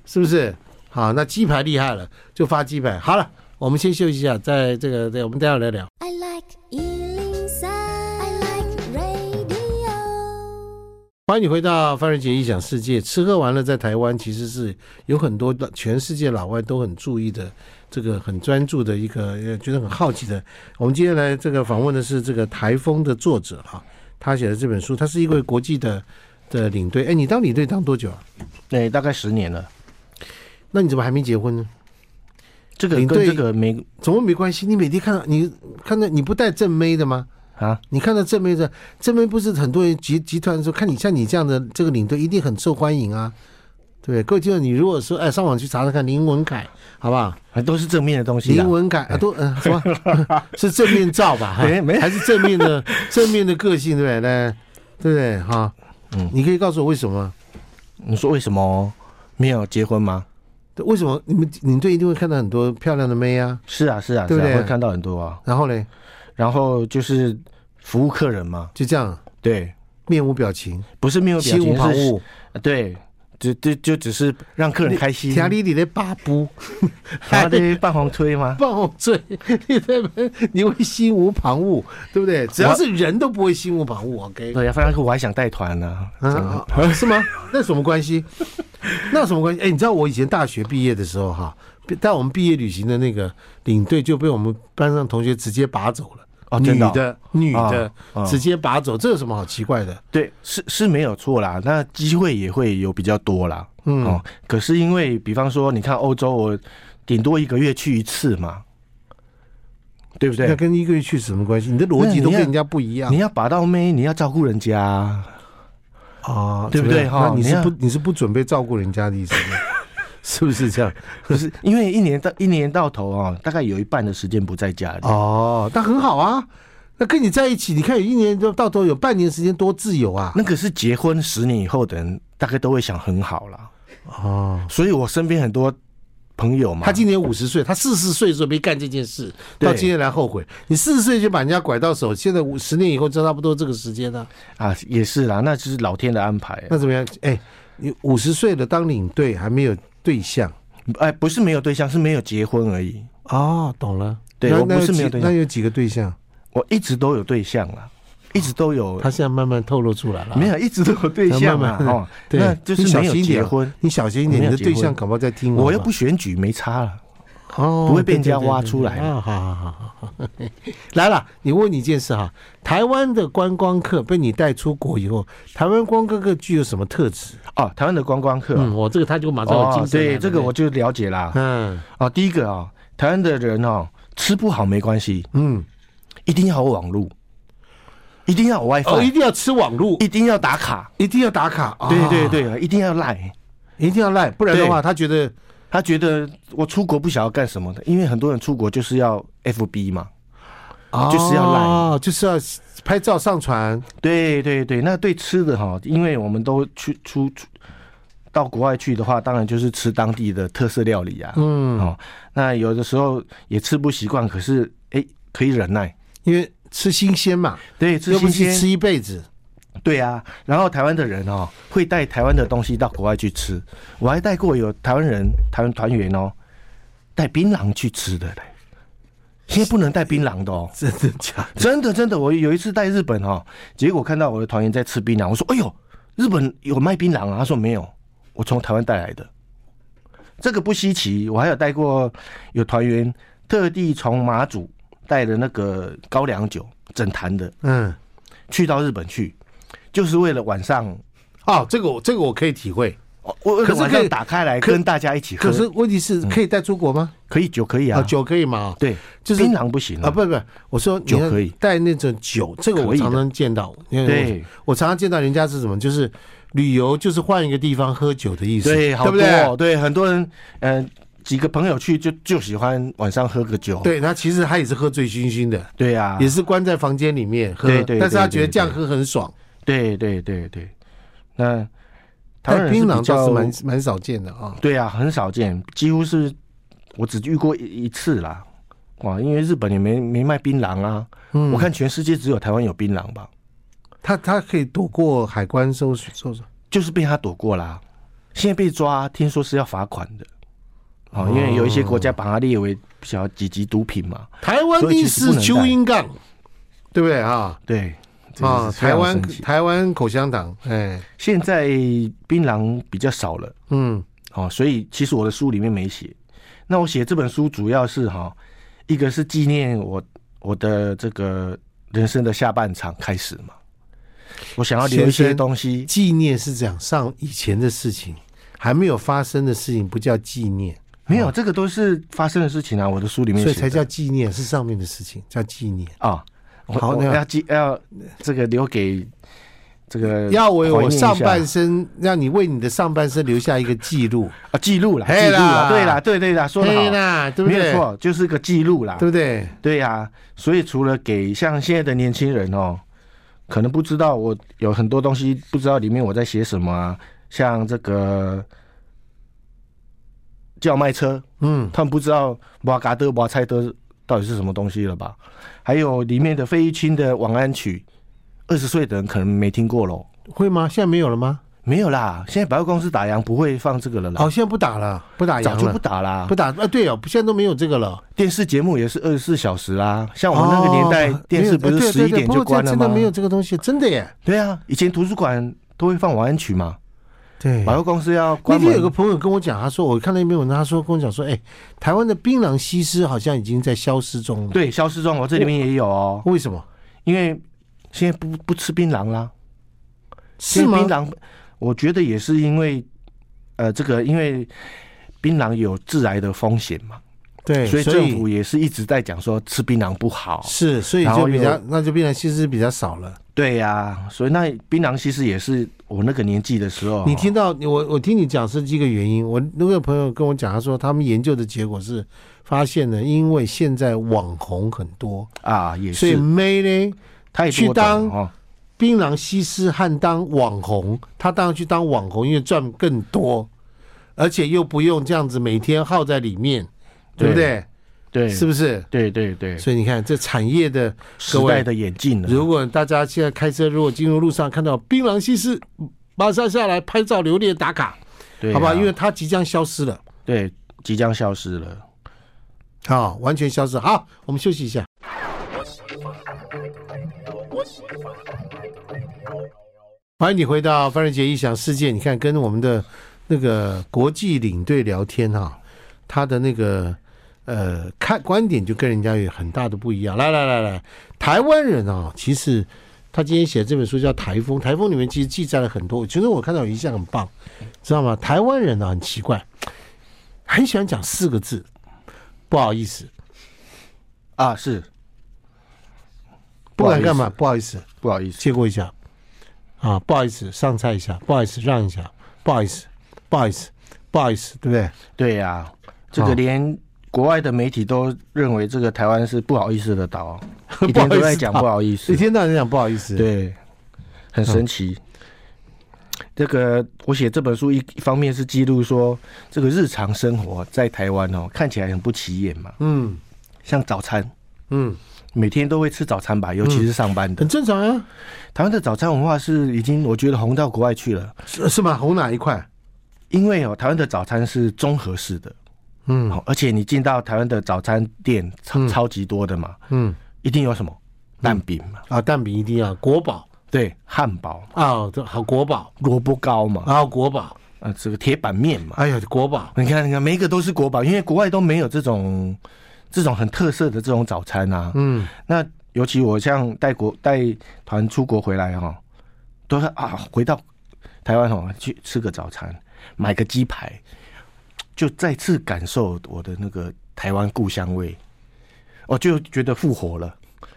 Speaker 1: 是不是？好，那鸡排厉害了，就发鸡排。好了，我们先休息一下，在这个，对，我们待会儿来聊。
Speaker 3: I like Ealing Sound. I like radio.
Speaker 1: 欢迎你回到范瑞杰异想世界。吃喝玩乐在台湾其实是有很多的，全世界老外都很注意的，这个很专注的一个，呃觉得很好奇的。我们今天来这个访问的是这个台风的作者哈、他写的这本书，他是一位国际的的领队。哎，你当领队当多久啊？
Speaker 2: 对，大概十年了。
Speaker 1: 那你怎么还没结婚呢？
Speaker 2: 这个
Speaker 1: 领
Speaker 2: 跟
Speaker 1: 队
Speaker 2: 这个没
Speaker 1: 怎么没关系？你每天看到你看到你不带正妹的吗？
Speaker 2: 啊，
Speaker 1: 你看到正妹的正妹不是很多人集集团说，看你像你这样的这个领队一定很受欢迎啊，对不对？各位听众，你如果说哎上网去查查看林文凯，好不好？
Speaker 2: 还都是正面的东西啦
Speaker 1: 林。文凯啊，都嗯、 什么是正面照吧？哈
Speaker 2: 没没
Speaker 1: 还是正面 的正面的个性对不对？来对不对哈？
Speaker 2: 嗯
Speaker 1: 你可以告诉我为什么？
Speaker 2: 你说为什么没有结婚吗？
Speaker 1: 对为什么你们领队一定会看到很多漂亮的妹啊？
Speaker 2: 是啊，是啊，是
Speaker 1: 对不
Speaker 2: 啊，
Speaker 1: 对
Speaker 2: 会看到很多啊。
Speaker 1: 然后嘞，
Speaker 2: 然后就是服务客人嘛，
Speaker 1: 就这样
Speaker 2: 对，
Speaker 1: 面无表情，
Speaker 2: 不是没有表
Speaker 1: 心无
Speaker 2: 情，
Speaker 1: 旁
Speaker 2: 是啊
Speaker 1: 骛。
Speaker 2: 对，就就就只是让客人开心。
Speaker 1: 听你你咧巴布，
Speaker 2: 然 后对半红推吗？
Speaker 1: 帮我醉， 你在你会心无旁骛，对不对？只要是人都不会心无旁骛，OK？
Speaker 2: 对呀，反正我还想带团呢。
Speaker 1: 啊，啊是吗？那什么关系？ 那有什么关系？哎、你知道我以前大学毕业的时候哈，带我们毕业旅行的那个领队就被我们班上同学直接拔走了。
Speaker 2: 哦
Speaker 1: 女
Speaker 2: 真的哦
Speaker 1: 的，女的、
Speaker 2: 啊啊
Speaker 1: 直接拔走，这有什么好奇怪的？
Speaker 2: 对，是是没有错啦，那机会也会有比较多啦。
Speaker 1: 嗯
Speaker 2: 哦，可是因为比方说，你看欧洲，我顶多一个月去一次嘛，对不
Speaker 1: 那
Speaker 2: 对？
Speaker 1: 跟一个月去什么关系？你的逻辑都跟人家不一样
Speaker 2: 你要把到妹，你要照顾人家啊，
Speaker 1: 啊，
Speaker 2: 对不对
Speaker 1: 怎么样那
Speaker 2: 哈
Speaker 1: 你
Speaker 2: 你
Speaker 1: 是
Speaker 2: 要
Speaker 1: 不你是不准备照顾人家的意思吗？ 是不是这样？
Speaker 2: 不是因为一年到一年到头啊、哦，大概有一半的时间不在家里。
Speaker 1: 哦，那很好啊。那跟你在一起，你看有一年到到头有半年时间多自由啊。
Speaker 2: 那可是结婚十年以后的人，大概都会想很好啦。
Speaker 1: 哦，
Speaker 2: 所以我身边很多朋友嘛，
Speaker 1: 他今年五十岁，他四十岁的时候没干这件事，
Speaker 2: 对
Speaker 1: 到今天来后悔。你四十岁就把人家拐到手，现在五十年以后就差不多这个时间了、
Speaker 2: 啊也是啦，那就是老天的安排。啊
Speaker 1: 那怎么样？哎，你五十岁了当领队还没有对象
Speaker 2: 哎，不是没有对象，是没有结婚而已。
Speaker 1: 哦，懂了。
Speaker 2: 对
Speaker 1: 那
Speaker 2: 我不
Speaker 1: 那有
Speaker 2: 是没有
Speaker 1: 几
Speaker 2: 对
Speaker 1: 那
Speaker 2: 象
Speaker 1: 有几个对象？
Speaker 2: 我一直都有对象啦，一直都有，
Speaker 1: 哦他现在慢慢透露出来了啊。
Speaker 2: 没有一直都有对象嘛，
Speaker 1: 慢慢
Speaker 2: 哦，
Speaker 1: 对，
Speaker 2: 那就
Speaker 1: 你
Speaker 2: 是
Speaker 1: 小
Speaker 2: 没有
Speaker 1: 心一点嗯
Speaker 2: 结
Speaker 1: 啊
Speaker 2: 婚，
Speaker 1: 你小心一点，你
Speaker 2: 没有
Speaker 1: 的
Speaker 2: 结
Speaker 1: 对象
Speaker 2: 婚
Speaker 1: 搞不好在听
Speaker 2: 我
Speaker 1: 们
Speaker 2: 又
Speaker 1: 吧
Speaker 2: 不选举，没差了。
Speaker 1: 哦，
Speaker 2: 不会被人
Speaker 1: 对
Speaker 2: 家
Speaker 1: 对对
Speaker 2: 挖
Speaker 1: 对
Speaker 2: 出来
Speaker 1: 啊！好好好好好， 来了，你问你一件事哈，台湾的观光客被你带出国以后，台湾观光客具有什么特质？
Speaker 2: 哦，台湾的观光客啊，
Speaker 1: 嗯，我这个他就马上有精
Speaker 2: 哦，
Speaker 1: 神来了、啊
Speaker 2: 对，这个我就了解啦。
Speaker 1: 嗯
Speaker 2: 哦，第一个啊、台湾的人哦，吃不好没关系，
Speaker 1: 嗯，
Speaker 2: 一定要有网络，一定要有 WiFi，、
Speaker 1: 哦，一定要吃网路，
Speaker 2: 一定要打卡，
Speaker 1: 一定要打卡，啊
Speaker 2: 对对，对，一定要赖。
Speaker 1: 一定要赖，不然的话，他觉得
Speaker 2: 他觉得我出国不想要干什么的，因为很多人出国就是要 FB 嘛。就是要赖
Speaker 1: 哦，就是要拍照上传，
Speaker 2: 对对对，那对吃的哈，因为我们都去出出到国外去的话，当然就是吃当地的特色料理啊。
Speaker 1: 嗯，
Speaker 2: 哦，那有的时候也吃不习惯，可是哎，可以忍耐。
Speaker 1: 因为吃新鲜嘛，
Speaker 2: 对，吃
Speaker 1: 又不
Speaker 2: 新
Speaker 1: 是吃
Speaker 2: 鲜。
Speaker 1: 一辈子，
Speaker 2: 对啊，然后台湾的人哦，会带台湾的东西到国外去吃。我还带过有台湾人、台湾团员哦，带槟榔去吃的嘞。现在不能带槟榔的哦，
Speaker 1: 真的假的？
Speaker 2: 真的真的，我有一次带日本哦，结果看到我的团员在吃槟榔，我说：“哎呦，日本有卖槟榔啊？”他说：“没有，我从台湾带来的。”这个不稀奇，我还有带过有团员特地从马祖带的那个高粱酒，整坛的，
Speaker 1: 嗯，
Speaker 2: 去到日本去，就是为了晚上，
Speaker 1: 哦，这个我这个我可以体会。
Speaker 2: 哦我为
Speaker 1: 可
Speaker 2: 了
Speaker 1: 是
Speaker 2: 晚
Speaker 1: 可以
Speaker 2: 上打开来
Speaker 1: 可
Speaker 2: 跟大家一起喝。
Speaker 1: 可是嗯问题是可以带出国吗？
Speaker 2: 可以酒可以啊，
Speaker 1: 啊，酒可以吗？
Speaker 2: 对，
Speaker 1: 就是
Speaker 2: 槟榔不行
Speaker 1: 啊，不不，我说
Speaker 2: 酒可以
Speaker 1: 你要带那种酒，这个我
Speaker 2: 可以的
Speaker 1: 常常见到。因为
Speaker 2: 对
Speaker 1: 我我常常见到人家是什么，就是旅游就是换一个地方喝酒的意思，
Speaker 2: 对，好
Speaker 1: 对
Speaker 2: 多
Speaker 1: 不
Speaker 2: 哦
Speaker 1: 对？
Speaker 2: 对，很多人嗯、呃几个朋友去就就喜欢晚上喝个酒，
Speaker 1: 对，他其实他也是喝醉醺醺的，
Speaker 2: 对啊，
Speaker 1: 也是关在房间里面喝
Speaker 2: 对，对
Speaker 1: 但是他觉得
Speaker 2: 对对
Speaker 1: 这样喝很爽。
Speaker 2: 对对对对，那台湾
Speaker 1: 但
Speaker 2: 人是
Speaker 1: 槟
Speaker 2: 比
Speaker 1: 榔倒
Speaker 2: 较
Speaker 1: 是蛮蛮少见的啊。
Speaker 2: 对啊，很少见，几乎是我只遇过一一次啦。哇，因为日本也没没卖槟榔啊，
Speaker 1: 嗯
Speaker 2: 我看全世界只有台湾有槟榔吧，
Speaker 1: 他他可以躲过海关搜搜索。
Speaker 2: 就是被他躲过啦。现在被抓，听说是要罚款的。哦，因为有一些国家把它列为小几级毒品嘛，
Speaker 1: 台湾
Speaker 2: 所以
Speaker 1: 历
Speaker 2: 其实不
Speaker 1: 史
Speaker 2: 能带
Speaker 1: 蚯蚓杠，对不对啊？
Speaker 2: 对这个
Speaker 1: 啊，
Speaker 2: 是非常
Speaker 1: 台湾
Speaker 2: 神奇
Speaker 1: 台湾口香糖，哎，
Speaker 2: 现在槟榔比较少了。
Speaker 1: 嗯，
Speaker 2: 哦，所以其实我的书里面没写。那我写这本书主要是哈、一个是纪念我我的这个人生的下半场开始嘛，我想要留一
Speaker 1: 先
Speaker 2: 些
Speaker 1: 生
Speaker 2: 东西。
Speaker 1: 纪念是这样，上以前的事情，还没有发生的事情不叫纪念，
Speaker 2: 没有，这个都是发生的事情啊，我的书里面
Speaker 1: 所
Speaker 2: 写
Speaker 1: 以
Speaker 2: 的
Speaker 1: 才叫纪念，是上面的事情叫纪念。
Speaker 2: 啊。我
Speaker 1: 好
Speaker 2: 我
Speaker 1: 那
Speaker 2: 要记要这个留给这个
Speaker 1: 要为
Speaker 2: 怀
Speaker 1: 我
Speaker 2: 念一下
Speaker 1: 上半身，让你为你的上半身留下一个记录，
Speaker 2: 啊记录啦，记
Speaker 1: 嘿
Speaker 2: 录
Speaker 1: 啦
Speaker 2: 啦，对啦，对对啦，说的
Speaker 1: 对
Speaker 2: 好，
Speaker 1: 啦，对不
Speaker 2: 没有
Speaker 1: 对？
Speaker 2: 错，就是个记录啦，
Speaker 1: 对不对？
Speaker 2: 对呀、所以除了给像现在的年轻人哦，可能不知道我有很多东西不知道里面我在写什么啊，像这个叫卖车，
Speaker 1: 嗯，
Speaker 2: 他们不知道瓦嘎德、瓦菜德到底是什么东西了吧？还有里面的费玉清的晚安曲，二十岁的人可能没听过喽。
Speaker 1: 会吗？现在没有了吗？
Speaker 2: 没有啦，现在百货公司打烊不会放这个了啦，
Speaker 1: 哦，现在不打了，不打
Speaker 2: 早
Speaker 1: 烊
Speaker 2: 就不
Speaker 1: 了，
Speaker 2: 打啦
Speaker 1: 不。打啊！对哦，现在都没有这个了。
Speaker 2: 电视节目也是二十四小时啦，像我们那个年代，
Speaker 1: 哦
Speaker 2: 电视不
Speaker 1: 没
Speaker 2: 是
Speaker 1: 有
Speaker 2: 十
Speaker 1: 对对
Speaker 2: 一
Speaker 1: 对
Speaker 2: 点
Speaker 1: 不
Speaker 2: 就
Speaker 1: 过
Speaker 2: 关了
Speaker 1: 真
Speaker 2: 吗？
Speaker 1: 的没有这个东西，真的耶。
Speaker 2: 对啊，以前图书馆都会放晚安曲嘛，
Speaker 1: 对，
Speaker 2: 百货公司要
Speaker 1: 那
Speaker 2: 关
Speaker 1: 天
Speaker 2: 门。
Speaker 1: 有个朋友跟我讲，他说我看了一篇文章，他说跟我讲说，哎，台湾的槟榔西施好像已经在消失中了。，
Speaker 2: 对，消失中，我这里面也有哦，
Speaker 1: 为什么？
Speaker 2: 因为现在不不吃槟榔啦，
Speaker 1: 是
Speaker 2: 因
Speaker 1: 吗
Speaker 2: 为？槟榔，我觉得也是因为，呃，这个因为槟榔有致癌的风险嘛，
Speaker 1: 对，
Speaker 2: 所以
Speaker 1: 所
Speaker 2: 政
Speaker 1: 以
Speaker 2: 府也是一直在讲说吃槟榔不好。
Speaker 1: 是，所以
Speaker 2: 然后
Speaker 1: 就比
Speaker 2: 又
Speaker 1: 较，那就变成西施比较少了。
Speaker 2: 对呀、所以那槟榔其实也是我那个年纪的时候，
Speaker 1: 你听到我我听你讲是这个原因，我那个朋友跟我讲，他说他们研究的结果是发现呢，因为现在网红很多，
Speaker 2: 啊，也
Speaker 1: 所以
Speaker 2: 是
Speaker 1: 妹呢，
Speaker 2: 他也
Speaker 1: 去
Speaker 2: 多懂
Speaker 1: 当
Speaker 2: 哦，
Speaker 1: 槟榔西施和当网红，他当然去当网红，因为赚更多，而且又不用这样子每天耗在里面，对不对？
Speaker 2: 对，
Speaker 1: 是不是？
Speaker 2: 对对对，
Speaker 1: 所以你看这产业的，
Speaker 2: 时代的眼镜了，
Speaker 1: 如果大家现在开车，如果进入路上看到槟榔西施，马上下来拍照留念打卡，
Speaker 2: 对啊、
Speaker 1: 好吧？因为它即将消失了。
Speaker 2: 对即将消失了。
Speaker 1: 好，完全消失。好，我们休息一下。欢迎你回到范瑞杰异想世界。你看，跟我们的那个国际领队聊天哈、他的那个呃看观点就跟人家有很大的不一样。来来来来，台湾人啊，其实他今天写这本书叫《台风》，台风里面其实记载了很多。其实我看到有一项很棒，知道吗？台湾人啊很奇怪，很喜欢讲四个字，不好意思，
Speaker 2: 啊，是
Speaker 1: 不
Speaker 2: 好
Speaker 1: 管
Speaker 2: 意
Speaker 1: 干嘛，
Speaker 2: 思
Speaker 1: 不好意思，
Speaker 2: 不好意思，
Speaker 1: 借过一下，啊，不好意思，上菜一下，不好意思，让一下，不好意思，不好意思，不好意思，对不对？
Speaker 2: 对呀、这
Speaker 1: 好
Speaker 2: 个连国外的媒体都认为这个台湾是不好意思的岛，一
Speaker 1: 不好
Speaker 2: 天
Speaker 1: 意思
Speaker 2: 都在讲
Speaker 1: 岛
Speaker 2: 不好意 思
Speaker 1: 一，天到晚讲不好意思，，
Speaker 2: 对，很神奇。这个我写这本书一一方面是记录说这个日常生活在台湾哦，看起来很不起眼嘛，
Speaker 1: 嗯
Speaker 2: 像早餐。
Speaker 1: 嗯，
Speaker 2: 每天都会吃早餐吧，尤其是上班的。
Speaker 1: 很正常啊，
Speaker 2: 台湾的早餐文化是已经我觉得红到国外去了，
Speaker 1: 是是吗？红哪一块？
Speaker 2: 因为哦，台湾的早餐是综合式的，
Speaker 1: 嗯
Speaker 2: 哦，而且你进到台湾的早餐店，超
Speaker 1: 嗯
Speaker 2: 超级多的嘛，
Speaker 1: 嗯，
Speaker 2: 一定有什么蛋饼嘛，
Speaker 1: 啊，蛋饼一定要国宝
Speaker 2: 对，汉堡、
Speaker 1: 啊，这好国宝，
Speaker 2: 萝卜糕嘛，
Speaker 1: 然后国宝，
Speaker 2: 啊，这个铁板面嘛，
Speaker 1: 哎呀，国宝，
Speaker 2: 你看，你看，每一个都是国宝，因为国外都没有这种这种很特色的这种早餐啊。
Speaker 1: 嗯，
Speaker 2: 那尤其我像带国带团出国回来哈、哦，都是啊，回到台湾哦，去吃个早餐，买个鸡排，就再次感受我的那个台湾故乡味，我就觉得复活了。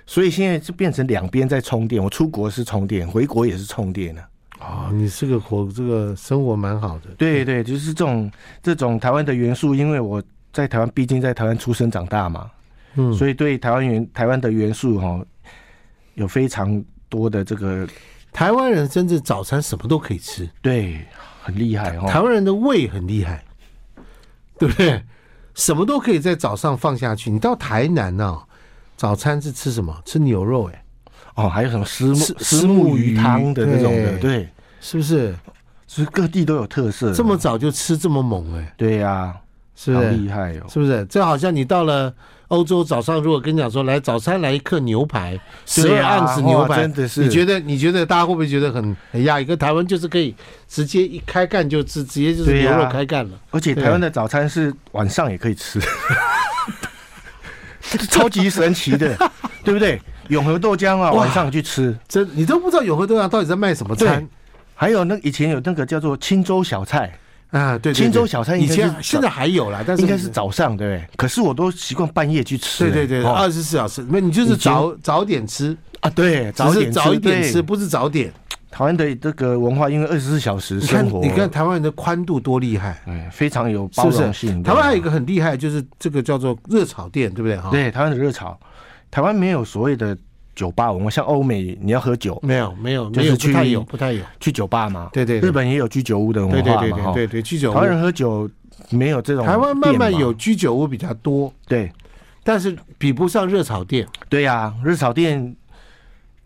Speaker 2: 所以现在就变成两边在充电，我出国是充电，回国也是充电啊。
Speaker 1: 哦，你这个活这个生活蛮好的，
Speaker 2: 对对，就是这种这种台湾的元素，因为我在台湾，毕竟在台湾出生长大嘛，
Speaker 1: 嗯，
Speaker 2: 所以对台湾元台湾的元素哈、哦，有非常多的这个
Speaker 1: 台湾人真正早餐什么都可以吃，
Speaker 2: 对，很厉害
Speaker 1: 台
Speaker 2: 哦。
Speaker 1: 湾人的胃很厉害，对不对？什么都可以在早上放下去。你到台南呢、早餐是吃什么？吃牛肉、哎，
Speaker 2: 哦，还有什么石木
Speaker 1: 石
Speaker 2: 石木
Speaker 1: 石木鱼
Speaker 2: 鱼汤的那种的，
Speaker 1: 对
Speaker 2: 对，
Speaker 1: 是不是？
Speaker 2: 所以各地都有特色。
Speaker 1: 这么早就吃这么猛、哎，
Speaker 2: 对呀、
Speaker 1: 是不
Speaker 2: 好
Speaker 1: 是
Speaker 2: 厉？害哦。
Speaker 1: 是不是？这好像你到了欧洲早上，如果跟你讲说来早餐来一克牛排，十
Speaker 2: 对
Speaker 1: 二
Speaker 2: 啊
Speaker 1: 盎司牛排，
Speaker 2: 哇真的是
Speaker 1: 你觉得你觉得大家会不会觉得很哎很讶异？跟台湾就是可以直接一开干就直直接就是
Speaker 2: 对
Speaker 1: 牛
Speaker 2: 啊
Speaker 1: 肉开干了，
Speaker 2: 而且
Speaker 1: 对啊
Speaker 2: 台湾的早餐是晚上也可以吃， 这个超级神奇的， 对不对？永和豆浆啊，
Speaker 1: 哇
Speaker 2: 晚上去吃。
Speaker 1: 真你都不知道永和豆浆到底在卖什么餐。
Speaker 2: 还有那以前有那个叫做青州小菜，
Speaker 1: 啊，对对对，
Speaker 2: 青州小菜
Speaker 1: 以
Speaker 2: 应该
Speaker 1: 前
Speaker 2: 是
Speaker 1: 现在还有啦，但是
Speaker 2: 应该是早上对不对？可是我都习惯半夜去吃。
Speaker 1: 对对对，啊
Speaker 2: 哦
Speaker 1: 二十四小时，没有你就是
Speaker 2: 以前
Speaker 1: 早早点吃，
Speaker 2: 啊对，
Speaker 1: 只
Speaker 2: 早
Speaker 1: 是
Speaker 2: 点吃
Speaker 1: 早一点吃，
Speaker 2: 对
Speaker 1: 不是早点。
Speaker 2: 台湾的这个文化，因为二十四小时
Speaker 1: 你看
Speaker 2: 生活，
Speaker 1: 你看，台湾人的宽度多厉害，
Speaker 2: 哎，非常有
Speaker 1: 是
Speaker 2: 包
Speaker 1: 不
Speaker 2: 容
Speaker 1: 是？
Speaker 2: 性。
Speaker 1: 台湾还有一
Speaker 2: 个
Speaker 1: 个很厉害，就是这个叫做热炒店，对不对啊？，
Speaker 2: 对台湾的热潮，台湾没有所谓的酒吧文化，像欧美你要喝酒
Speaker 1: 没有没有
Speaker 2: 就
Speaker 1: 没
Speaker 2: 是
Speaker 1: 有，不太
Speaker 2: 去
Speaker 1: 有不太有。
Speaker 2: 去酒吧嘛，
Speaker 1: 嗯对对对
Speaker 2: 日本也有居酒屋的文
Speaker 1: 对对
Speaker 2: 化
Speaker 1: 对
Speaker 2: 嘛，
Speaker 1: 对
Speaker 2: 哈
Speaker 1: 对对，居酒屋
Speaker 2: 台，湾人喝酒没有这种店
Speaker 1: 台
Speaker 2: 嘛，
Speaker 1: 湾慢慢有居酒屋比较多，
Speaker 2: 对
Speaker 1: 但是比不上热炒店。
Speaker 2: 对呀、日炒店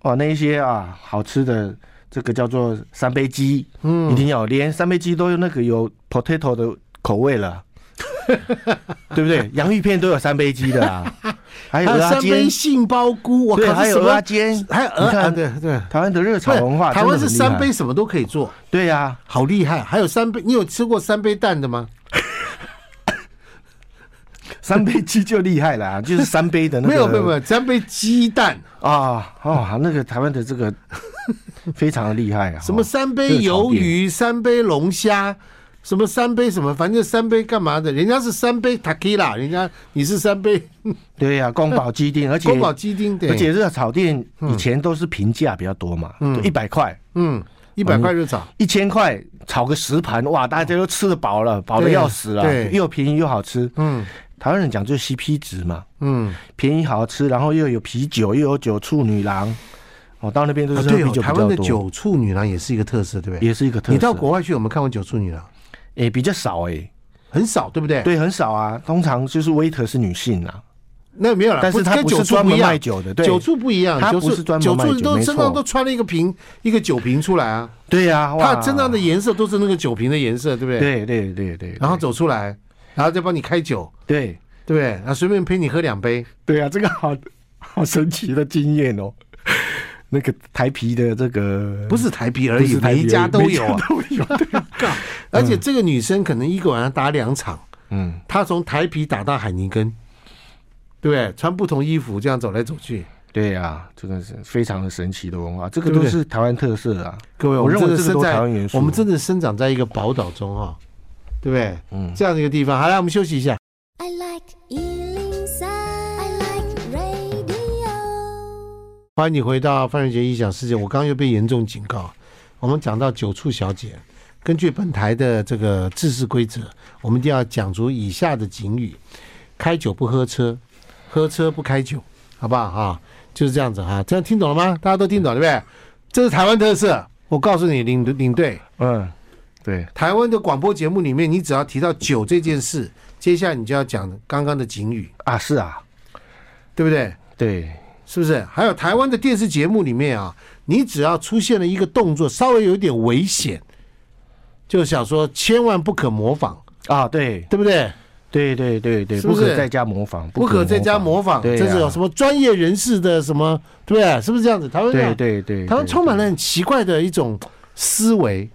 Speaker 2: 哦，那一些啊好吃的，这个叫做三杯鸡，一
Speaker 1: 嗯，
Speaker 2: 定要有连三杯鸡都有那个有 potato 的口味了，对不对？洋芋片都有三杯鸡的啊，还有
Speaker 1: 还有
Speaker 2: 阿
Speaker 1: 三
Speaker 2: 煎
Speaker 1: 杯，杏鲍菇，我
Speaker 2: 对，
Speaker 1: 靠，
Speaker 2: 还
Speaker 1: 这什
Speaker 2: 有阿
Speaker 1: 么？
Speaker 2: 煎，
Speaker 1: 还有鹅
Speaker 2: 你看
Speaker 1: 啊，对对，
Speaker 2: 台湾的热炒
Speaker 1: 不是
Speaker 2: 文化，
Speaker 1: 台湾是
Speaker 2: 真的很厉
Speaker 1: 三
Speaker 2: 害
Speaker 1: 杯，什么都可以做，
Speaker 2: 对呀，
Speaker 1: 好厉害！还有三杯，你有吃过三杯蛋的吗？
Speaker 2: 三杯鸡就厉害 啦，就是三杯的那个，
Speaker 1: 没有没有没有，三杯鸡蛋，
Speaker 2: 啊哦，那个台湾的这个非常的厉害啊，
Speaker 1: 什么
Speaker 2: 哦
Speaker 1: 三杯鱿鱼，三杯龙虾，什么三杯什么，反正三杯干嘛的？人家是三杯 tequila，人家你是三杯
Speaker 2: 对呀，宫保鸡丁，而且
Speaker 1: 宫保鸡丁，对，
Speaker 2: 而且热炒店以前都是平价比较多嘛，一百块、
Speaker 1: 嗯，一百块热炒，
Speaker 2: 一千块炒个十盘，哇，大家都吃得饱了，饱的
Speaker 1: 对
Speaker 2: 要死了，
Speaker 1: 对
Speaker 2: 又便宜又好吃。
Speaker 1: 嗯
Speaker 2: 台湾人讲就是 CP 值嘛，
Speaker 1: 嗯，
Speaker 2: 便宜好吃，然后又有啤酒，又有酒醋女郎，哦，到那边都
Speaker 1: 啊
Speaker 2: 是喝
Speaker 1: 对
Speaker 2: 啤
Speaker 1: 哦，
Speaker 2: 酒比
Speaker 1: 台
Speaker 2: 较
Speaker 1: 湾
Speaker 2: 多，
Speaker 1: 的酒处女郎也是一个特色，对不对？
Speaker 2: 也是一个特色。
Speaker 1: 你到国外去有没有看过酒处女郎？
Speaker 2: 诶、比较少诶、
Speaker 1: 很少，对不对？，
Speaker 2: 对，很少啊，通常就是 waiter 是女性啊，
Speaker 1: 那没有了，
Speaker 2: 但是
Speaker 1: 不
Speaker 2: 她
Speaker 1: 跟
Speaker 2: 不
Speaker 1: 酒
Speaker 2: 是
Speaker 1: 处
Speaker 2: 专
Speaker 1: 不
Speaker 2: 门
Speaker 1: 一
Speaker 2: 卖
Speaker 1: 样。
Speaker 2: 酒的，对，
Speaker 1: 酒处不一样，
Speaker 2: 她
Speaker 1: 酒
Speaker 2: 不
Speaker 1: 处
Speaker 2: 是专门
Speaker 1: 酒
Speaker 2: 卖
Speaker 1: 处
Speaker 2: 酒
Speaker 1: 都
Speaker 2: 没
Speaker 1: 身上
Speaker 2: 错
Speaker 1: 都穿了一个瓶一个酒瓶出来啊，
Speaker 2: 对呀、啊，哇
Speaker 1: 它身上的颜色都是那个酒瓶的颜色，对不对？。
Speaker 2: 对对对对，
Speaker 1: 然后走出来，然后再帮你开酒，
Speaker 2: 对
Speaker 1: 对不对？然后随便陪你喝两杯，
Speaker 2: 对啊，这个好好神奇的经验哦。那个台皮的这个
Speaker 1: 不是台啤而已，
Speaker 2: 不是台啤
Speaker 1: 每一家都有啊。
Speaker 2: 都有，对啊
Speaker 1: 而且这个女生可能一个晚上打两场，
Speaker 2: 嗯，
Speaker 1: 她从台啤打到海尼根，对不对？穿不同衣服这样走来走去。
Speaker 2: 对呀、啊，这个是非常的神奇的文化，这个
Speaker 1: 对不
Speaker 2: 都
Speaker 1: 对
Speaker 2: 是台湾特色啊。
Speaker 1: 各位，
Speaker 2: 我
Speaker 1: 我们
Speaker 2: 认为
Speaker 1: 真的
Speaker 2: 这个
Speaker 1: 生
Speaker 2: 都台
Speaker 1: 在
Speaker 2: 湾元素
Speaker 1: 我们真的生长在一个宝岛中啊，对不对？
Speaker 2: 嗯
Speaker 1: 这样的一个地方。好了，我们休息一下。
Speaker 3: I like Ealing Sound. I like radio.
Speaker 1: 欢迎你回到范瑞杰异想世界。我刚刚又被严重警告，我们讲到九处小姐，根据本台的这个制式规则，我们一定要讲出以下的警语：开酒不喝车，喝车不开酒，好不好啊？就是这样子哈、这样听懂了吗？大家都听懂了对不对？这是台湾特色。我告诉你，领领队，
Speaker 2: 嗯，对，
Speaker 1: 台湾的广播节目里面，你只要提到酒这件事，接下来你就要讲刚刚的警语，
Speaker 2: 啊，是啊，
Speaker 1: 对不对？
Speaker 2: 对，
Speaker 1: 是不是？还有台湾的电视节目里面啊，你只要出现了一个动作稍微有一点危险，就想说千万不可模仿，
Speaker 2: 啊，对，
Speaker 1: 对不对？
Speaker 2: 对对对对，
Speaker 1: 是不是
Speaker 2: 可在家模仿，
Speaker 1: 不可在家模仿，
Speaker 2: 对、啊，
Speaker 1: 这是有什么专业人士的什么，对不对？是不是这样子？台湾
Speaker 2: 对
Speaker 1: 人
Speaker 2: 对对，
Speaker 1: 台湾
Speaker 2: 对
Speaker 1: 充满
Speaker 2: 对
Speaker 1: 了很奇怪的一种思维，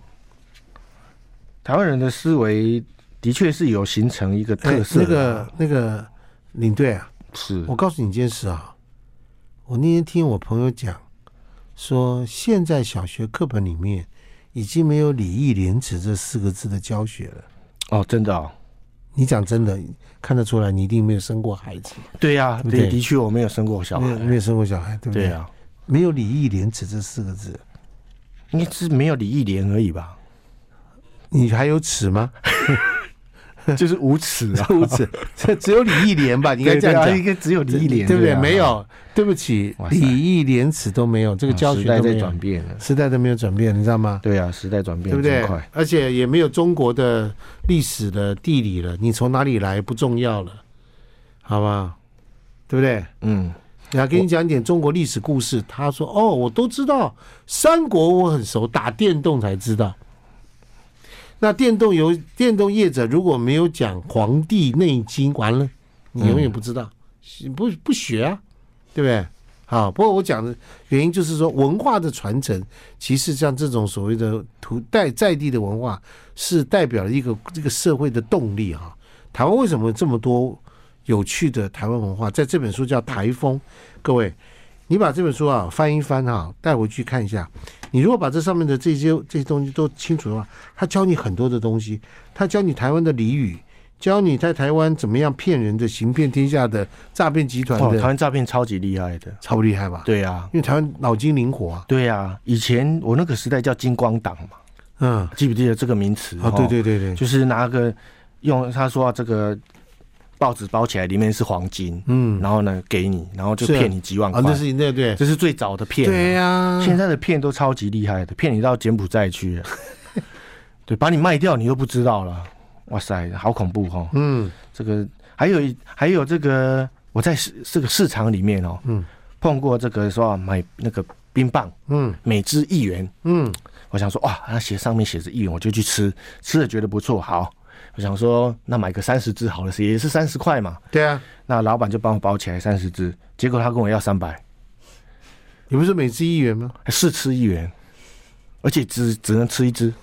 Speaker 2: 台湾人的思维，的确是有形成一个特色
Speaker 1: 哎那
Speaker 2: 啊。
Speaker 1: 个那个领队啊，
Speaker 2: 是
Speaker 1: 我告诉你一件事啊，我那天听我朋友讲，说现在小学课本里面已经没有礼义廉耻这四个字的教学了。
Speaker 2: 哦，真的哦，
Speaker 1: 你讲真的，看得出来你一定没有生过孩子，
Speaker 2: 对呀、
Speaker 1: 对不
Speaker 2: 的
Speaker 1: 对
Speaker 2: 的确我没有生过小
Speaker 1: 没
Speaker 2: 孩
Speaker 1: 有，没有生过小孩，对不
Speaker 2: 对
Speaker 1: 对？
Speaker 2: 呀、啊，
Speaker 1: 没有礼义廉耻这四个字，
Speaker 2: 应该是没有礼义廉而已吧，
Speaker 1: 你还有耻 吗？
Speaker 2: 就是无耻 啊，
Speaker 1: 不耻，这只有礼义廉 吧？你应该这样
Speaker 2: 对啊
Speaker 1: 讲，
Speaker 2: 应该只有礼义廉，
Speaker 1: 对不对？
Speaker 2: 啊
Speaker 1: 没，有，对不起
Speaker 2: 哇，塞啊
Speaker 1: 礼义廉耻都没有，这个教
Speaker 2: 时
Speaker 1: 学
Speaker 2: 代
Speaker 1: 都
Speaker 2: 在
Speaker 1: 没有
Speaker 2: 转，变了，
Speaker 1: 时代都没有转变，你知道吗？
Speaker 2: 对啊，时代转
Speaker 1: 对
Speaker 2: 变
Speaker 1: 不
Speaker 2: 真
Speaker 1: 对
Speaker 2: 快，？
Speaker 1: 而且也没有中国的历史的地理了，你从哪里来不重要了，好吗？对不对？
Speaker 2: 嗯，
Speaker 1: 然后给你讲一点中国历史故事。他说：“哦，我都知道，三国我很熟，打电动才知道。那电动游电动业者如果没有讲《黄帝内经》，完了，你永远
Speaker 2: 嗯
Speaker 1: 不知道，不不学啊，对不对？好，不过我讲的原因就是说，文化的传承，其实像这种所谓的土代在地的文化，是代表了一个这个社会的动力啊。台湾为什么有这么多有趣的台湾文化？在这本书叫《台风》，各位，你把这本书啊翻一翻哈、带回去看一下。你如果把这上面的这些这些东西都清楚的话，他教你很多的东西，他教你台湾的俚语，教你在台湾怎么样骗人的、行骗天下的诈骗集团
Speaker 2: 哦，台
Speaker 1: 的，
Speaker 2: 湾诈骗超级厉害的，
Speaker 1: 超厉害吧？
Speaker 2: 对啊，
Speaker 1: 因为台湾脑筋灵活啊，
Speaker 2: 对啊，以前我那个时代叫金光党嘛，
Speaker 1: 嗯，
Speaker 2: 记不记得这个名词？
Speaker 1: 啊，
Speaker 2: 哦
Speaker 1: 对，对对对，
Speaker 2: 就是拿个用他说、啊这个报纸包起来，里面是黄金，
Speaker 1: 嗯，
Speaker 2: 然后呢给你，然后就是
Speaker 1: 啊
Speaker 2: 骗你几万
Speaker 1: 啊，
Speaker 2: 块，
Speaker 1: 那是那对
Speaker 2: 这是最早的骗、啊，
Speaker 1: 对呀，
Speaker 2: 现在的骗都超级厉害的，骗你到柬埔 寨去，对，把你卖掉你都不知道了，哇塞，好恐怖哦！
Speaker 1: 嗯，
Speaker 2: 这个还有一还有这个，我在市这个市场里面哦，
Speaker 1: 嗯
Speaker 2: 碰过这个说啊买那个冰棒，
Speaker 1: 嗯
Speaker 2: 每只一元，
Speaker 1: 嗯
Speaker 2: 我想说哇，它写上面写着一元，我就去吃，吃了觉得不错，好，我想说，那买个三十只好了，也是三十块嘛。
Speaker 1: 对啊，
Speaker 2: 那老板就帮我包起来三十只，结果他跟我要三百，
Speaker 1: 你不是每只一元吗？
Speaker 2: 试吃一元，而且只只能吃一只。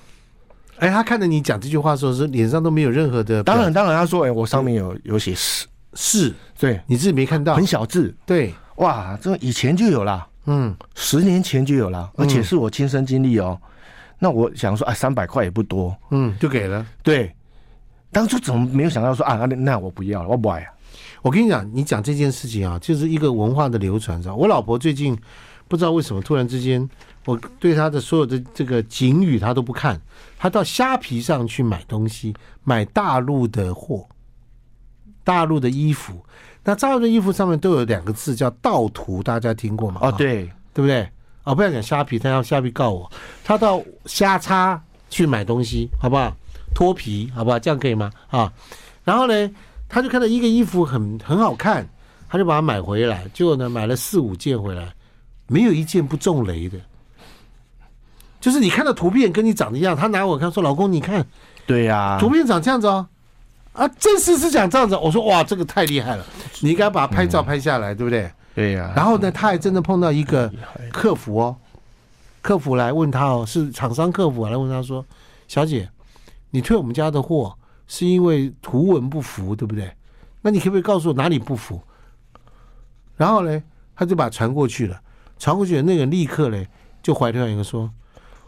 Speaker 1: 哎，他看着你讲这句话的时候，是脸上都没有任何的表，
Speaker 2: 当然，当然，他说，哎、我上面有有写十，
Speaker 1: 是
Speaker 2: 对，
Speaker 1: 你自己没看到
Speaker 2: 很，小字，
Speaker 1: 对，
Speaker 2: 哇，这以前就有啦，
Speaker 1: 嗯，
Speaker 2: 十年前就有啦，
Speaker 1: 嗯
Speaker 2: 而且是我亲身经历哦。那我想说，啊，三百块也不多，
Speaker 1: 嗯，就给了。
Speaker 2: 对。当初怎么没有想到说啊，那那我不要了，我不买啊。
Speaker 1: 我跟你讲，你讲这件事情啊，就是一个文化的流传，知道吗我老婆最近不知道为什么突然之间，我对她的所有的这个警语她都不看，她到虾皮上去买东西，买大陆的货，大陆的衣服。那大陆的衣服上面都有两个字叫“盗图”，大家听过吗？
Speaker 2: 哦，，对，
Speaker 1: 对不对？啊，不要讲虾皮，他要虾皮告我。他到虾叉去买东西，好不好？脱皮，好不好？这样可以吗？啊，然后呢，他就看到一个衣服很很好看，他就把它买回来。结果呢，买了四五件回来，没有一件不中雷的。就是你看到图片跟你长得一样，他拿我看说：“老公，你看
Speaker 2: 对呀、
Speaker 1: 图片长这样子哦。”啊，真实是长这样子。我说：“哇，这个太厉害了！你应该把它拍照拍下来，对不对？”
Speaker 2: 对呀、
Speaker 1: 然后呢，他还真的碰到一个
Speaker 2: 害
Speaker 1: 客服哦，客服来问他哦，是厂商客服来问他说：“小姐，你退我们家的货是因为图文不符，对不对？那你可不可以告诉我哪里不符？”然后呢，他就把它传过去了，传过去的那个人立刻嘞就怀特一个说：“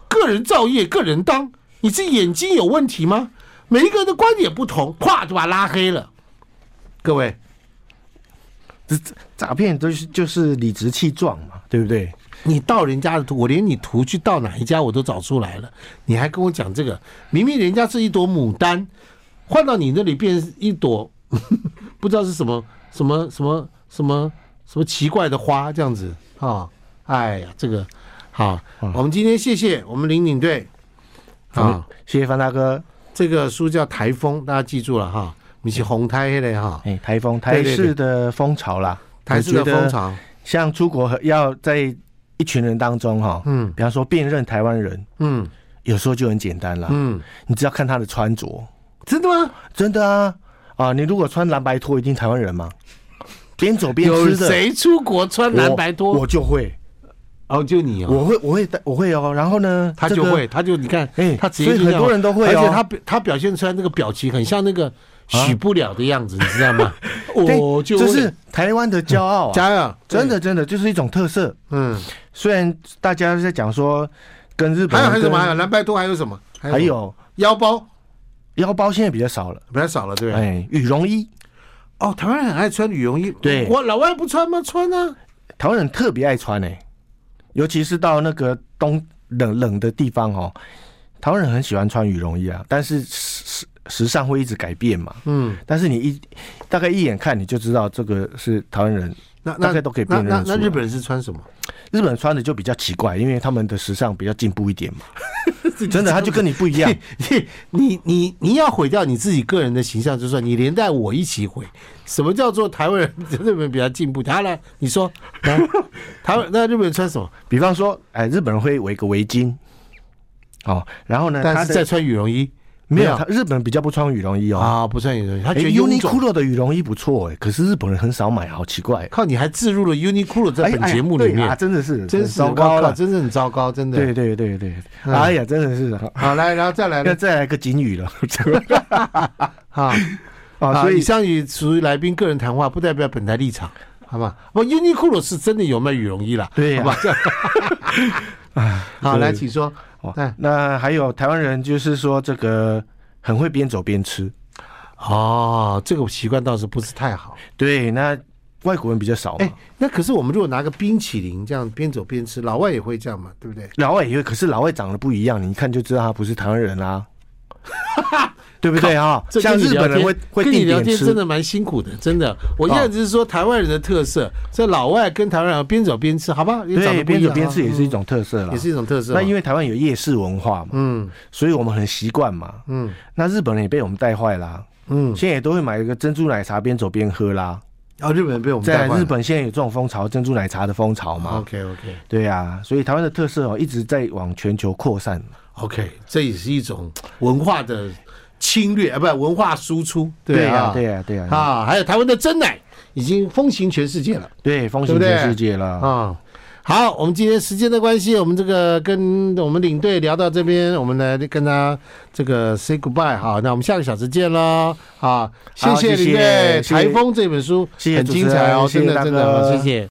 Speaker 1: 个人造业，个人当，你是眼睛有问题吗？每一个人的观点不同，咵就把他拉黑了。”各位，
Speaker 2: 诈骗都是就是理直气壮嘛，对不对？
Speaker 1: 你盗人家的图，我连你图去盗哪一家我都找出来了，你还跟我讲这个？明明人家是一朵牡丹，换到你那里变一朵 不知道是什么什么什么什么什么奇怪的花，这样子啊、哎呀，这个好，
Speaker 2: 嗯
Speaker 1: 我们今天谢谢我们林领队啊
Speaker 2: 好，，谢谢范大哥。
Speaker 1: 这个书叫《台风》，大家记住了哈，你是红台黑的哈，
Speaker 2: 哎、台风，
Speaker 1: 对
Speaker 2: 台
Speaker 1: 对
Speaker 2: 式的风潮啦，
Speaker 1: 台式的
Speaker 2: 我觉得
Speaker 1: 风潮，
Speaker 2: 像出国和要在一群人当中哈、
Speaker 1: 嗯
Speaker 2: 比方说辨认台湾人，
Speaker 1: 嗯
Speaker 2: 有时候就很简单啦。
Speaker 1: 嗯，
Speaker 2: 你只要看他的穿着，
Speaker 1: 真的吗？
Speaker 2: 真的啊啊！你如果穿蓝白拖，一定台湾人吗？边走边
Speaker 1: 有
Speaker 2: 吃的，
Speaker 1: 谁出国穿蓝白
Speaker 2: 我
Speaker 1: 拖？
Speaker 2: 我就会，
Speaker 1: 哦，就你哦。
Speaker 2: 我会，我会，我会哦。然后呢，
Speaker 1: 他
Speaker 2: 这
Speaker 1: 就
Speaker 2: 个
Speaker 1: 会，他就你看，
Speaker 2: 哎
Speaker 1: 他直接就
Speaker 2: 所
Speaker 1: 这
Speaker 2: 以
Speaker 1: 样
Speaker 2: 很多人都会哦啊
Speaker 1: 而且他表他表现出来那个表情很像那个许不了的样子，你知道吗？
Speaker 2: 对
Speaker 1: 我就会嗯
Speaker 2: 哎这是台湾的骄傲啊！
Speaker 1: 加油，
Speaker 2: 真的，真的就是一种特色。
Speaker 1: 嗯，
Speaker 2: 虽然大家在讲说跟日本
Speaker 1: 还有还有什
Speaker 2: 跟
Speaker 1: 么？还有蓝白拖，还有什么？
Speaker 2: 还
Speaker 1: 什么
Speaker 2: 有
Speaker 1: 腰包
Speaker 2: 腰包现在比较少了，
Speaker 1: 比较少了，对不对？
Speaker 2: 哎，羽绒衣，
Speaker 1: 哦，台湾人很爱穿羽绒衣，
Speaker 2: 对
Speaker 1: 我老外不穿吗？穿啊，
Speaker 2: 台湾人特别爱穿哎、尤其是到那个冬冷冷的地方哦，台湾人很喜欢穿羽绒衣啊，但是时时时尚会一直改变嘛。
Speaker 1: 嗯，
Speaker 2: 但是你一大概一眼看你就知道这个是台湾人，
Speaker 1: 那
Speaker 2: 大
Speaker 1: 那
Speaker 2: 概都可以
Speaker 1: 那
Speaker 2: 辨认
Speaker 1: 那
Speaker 2: 得出
Speaker 1: 那
Speaker 2: 来
Speaker 1: 日本人是穿什么？
Speaker 2: 日本人穿的就比较奇怪，因为他们的时尚比较进步一点嘛。真的，他就跟你不一样。
Speaker 1: 你你你你要毁掉你自己个人的形象，就算你连带我一起毁。什么叫做台湾人 日本比较进步？他来，你说，来，台湾那日本人穿什么？
Speaker 2: 比方说，哎，日本人会围个围巾，哦，然后呢，
Speaker 1: 但
Speaker 2: 他
Speaker 1: 是
Speaker 2: 的
Speaker 1: 在穿羽绒衣
Speaker 2: 没
Speaker 1: 没有
Speaker 2: 有，他日本比较不穿羽绒衣哦。
Speaker 1: 啊，不穿羽绒衣，他
Speaker 2: 哎
Speaker 1: 觉得臃肿。
Speaker 2: ，Uniqlo 的羽绒衣不错哎，可是日本人很少买，好奇怪。
Speaker 1: 靠，你还置入了 Uniqlo 在
Speaker 2: 哎
Speaker 1: 本
Speaker 2: 哎
Speaker 1: 节目里
Speaker 2: 对啊
Speaker 1: 面，
Speaker 2: 真的是
Speaker 1: 真
Speaker 2: 很
Speaker 1: 是
Speaker 2: 糟糕
Speaker 1: 我靠
Speaker 2: 了。
Speaker 1: 真是很糟糕，真的
Speaker 2: 对。对对对，
Speaker 1: 嗯
Speaker 2: 哎呀，真的是好
Speaker 1: 好，来，然后再来
Speaker 2: 那
Speaker 1: 了
Speaker 2: 再来个警语了
Speaker 1: 啊
Speaker 2: 啊！
Speaker 1: 啊！
Speaker 2: 所
Speaker 1: 以
Speaker 2: 以
Speaker 1: 上与属于来宾个人谈话，不代表本台立场，好吧？不，Uniqlo 是真的有卖羽绒衣啦，
Speaker 2: 对
Speaker 1: 好
Speaker 2: 呀
Speaker 1: 吧？好，
Speaker 2: 对
Speaker 1: 来，请说。
Speaker 2: 哦
Speaker 1: 哎
Speaker 2: 那还有台湾人就是说这个很会边走边吃，
Speaker 1: 哦，这个习惯倒是不是太好。
Speaker 2: 对，那外国人比较少
Speaker 1: 哎、
Speaker 2: 嘛，
Speaker 1: 那可是我们如果拿个冰淇淋这样边走边吃，老外也会这样嘛，对不对？
Speaker 2: 老外也会，可是老外长得不一样，你一看就知道他不是台湾人啦、 对不对啊？
Speaker 1: 这
Speaker 2: 像
Speaker 1: 跟你
Speaker 2: 日
Speaker 1: 聊
Speaker 2: 本人
Speaker 1: 天
Speaker 2: 会会
Speaker 1: 跟你
Speaker 2: 定
Speaker 1: 聊
Speaker 2: 点
Speaker 1: 天真
Speaker 2: 吃，
Speaker 1: 的蛮辛苦的，真的。我一直是说台湾人的特色，这老外跟台湾人边走边吃，好吧？也长得
Speaker 2: 对，
Speaker 1: 不一
Speaker 2: 边
Speaker 1: 样
Speaker 2: 走
Speaker 1: 啊
Speaker 2: 边吃也是一、种特色
Speaker 1: 嗯
Speaker 2: 啦
Speaker 1: 也。是一种特色嘛。
Speaker 2: 那因为台湾有夜市文化嘛，
Speaker 1: 嗯
Speaker 2: 所以我们很习惯嘛。
Speaker 1: 嗯
Speaker 2: 那日本人也被我们带坏啦，
Speaker 1: 嗯，
Speaker 2: 现在也都会买一个珍珠奶茶边走边喝啦。
Speaker 1: 哦，日本哦人被我们带
Speaker 2: 在
Speaker 1: 坏
Speaker 2: 日
Speaker 1: 了。
Speaker 2: 本现在有这种风潮，珍珠奶茶的风潮嘛，
Speaker 1: OK OK
Speaker 2: 对呀、所以台湾的特色哦一直在往全球扩散。
Speaker 1: OK，这也是一种文化的侵略啊，不文化输出，
Speaker 2: 对
Speaker 1: 啊
Speaker 2: 呀，，对呀，对呀，
Speaker 1: 啊，还有台湾的真奶已经风行全世界了
Speaker 2: 对，风
Speaker 1: 对
Speaker 2: 行
Speaker 1: 不对
Speaker 2: 全世界了。
Speaker 1: 啊。好，我们今天时间的关系，我们这个跟我们领队聊到这边，我们来跟他这个 say goodbye 哈。那我们下个小时见喽啊！谢
Speaker 2: 好
Speaker 1: 谢
Speaker 2: 谢谢
Speaker 1: 领队，《
Speaker 2: 谢谢
Speaker 1: 台风》这本书
Speaker 2: 谢谢
Speaker 1: 很
Speaker 2: 主持
Speaker 1: 精彩哦，
Speaker 2: 人谢
Speaker 1: 真的
Speaker 2: 谢大
Speaker 1: 真的，
Speaker 2: 哥
Speaker 1: 谢谢。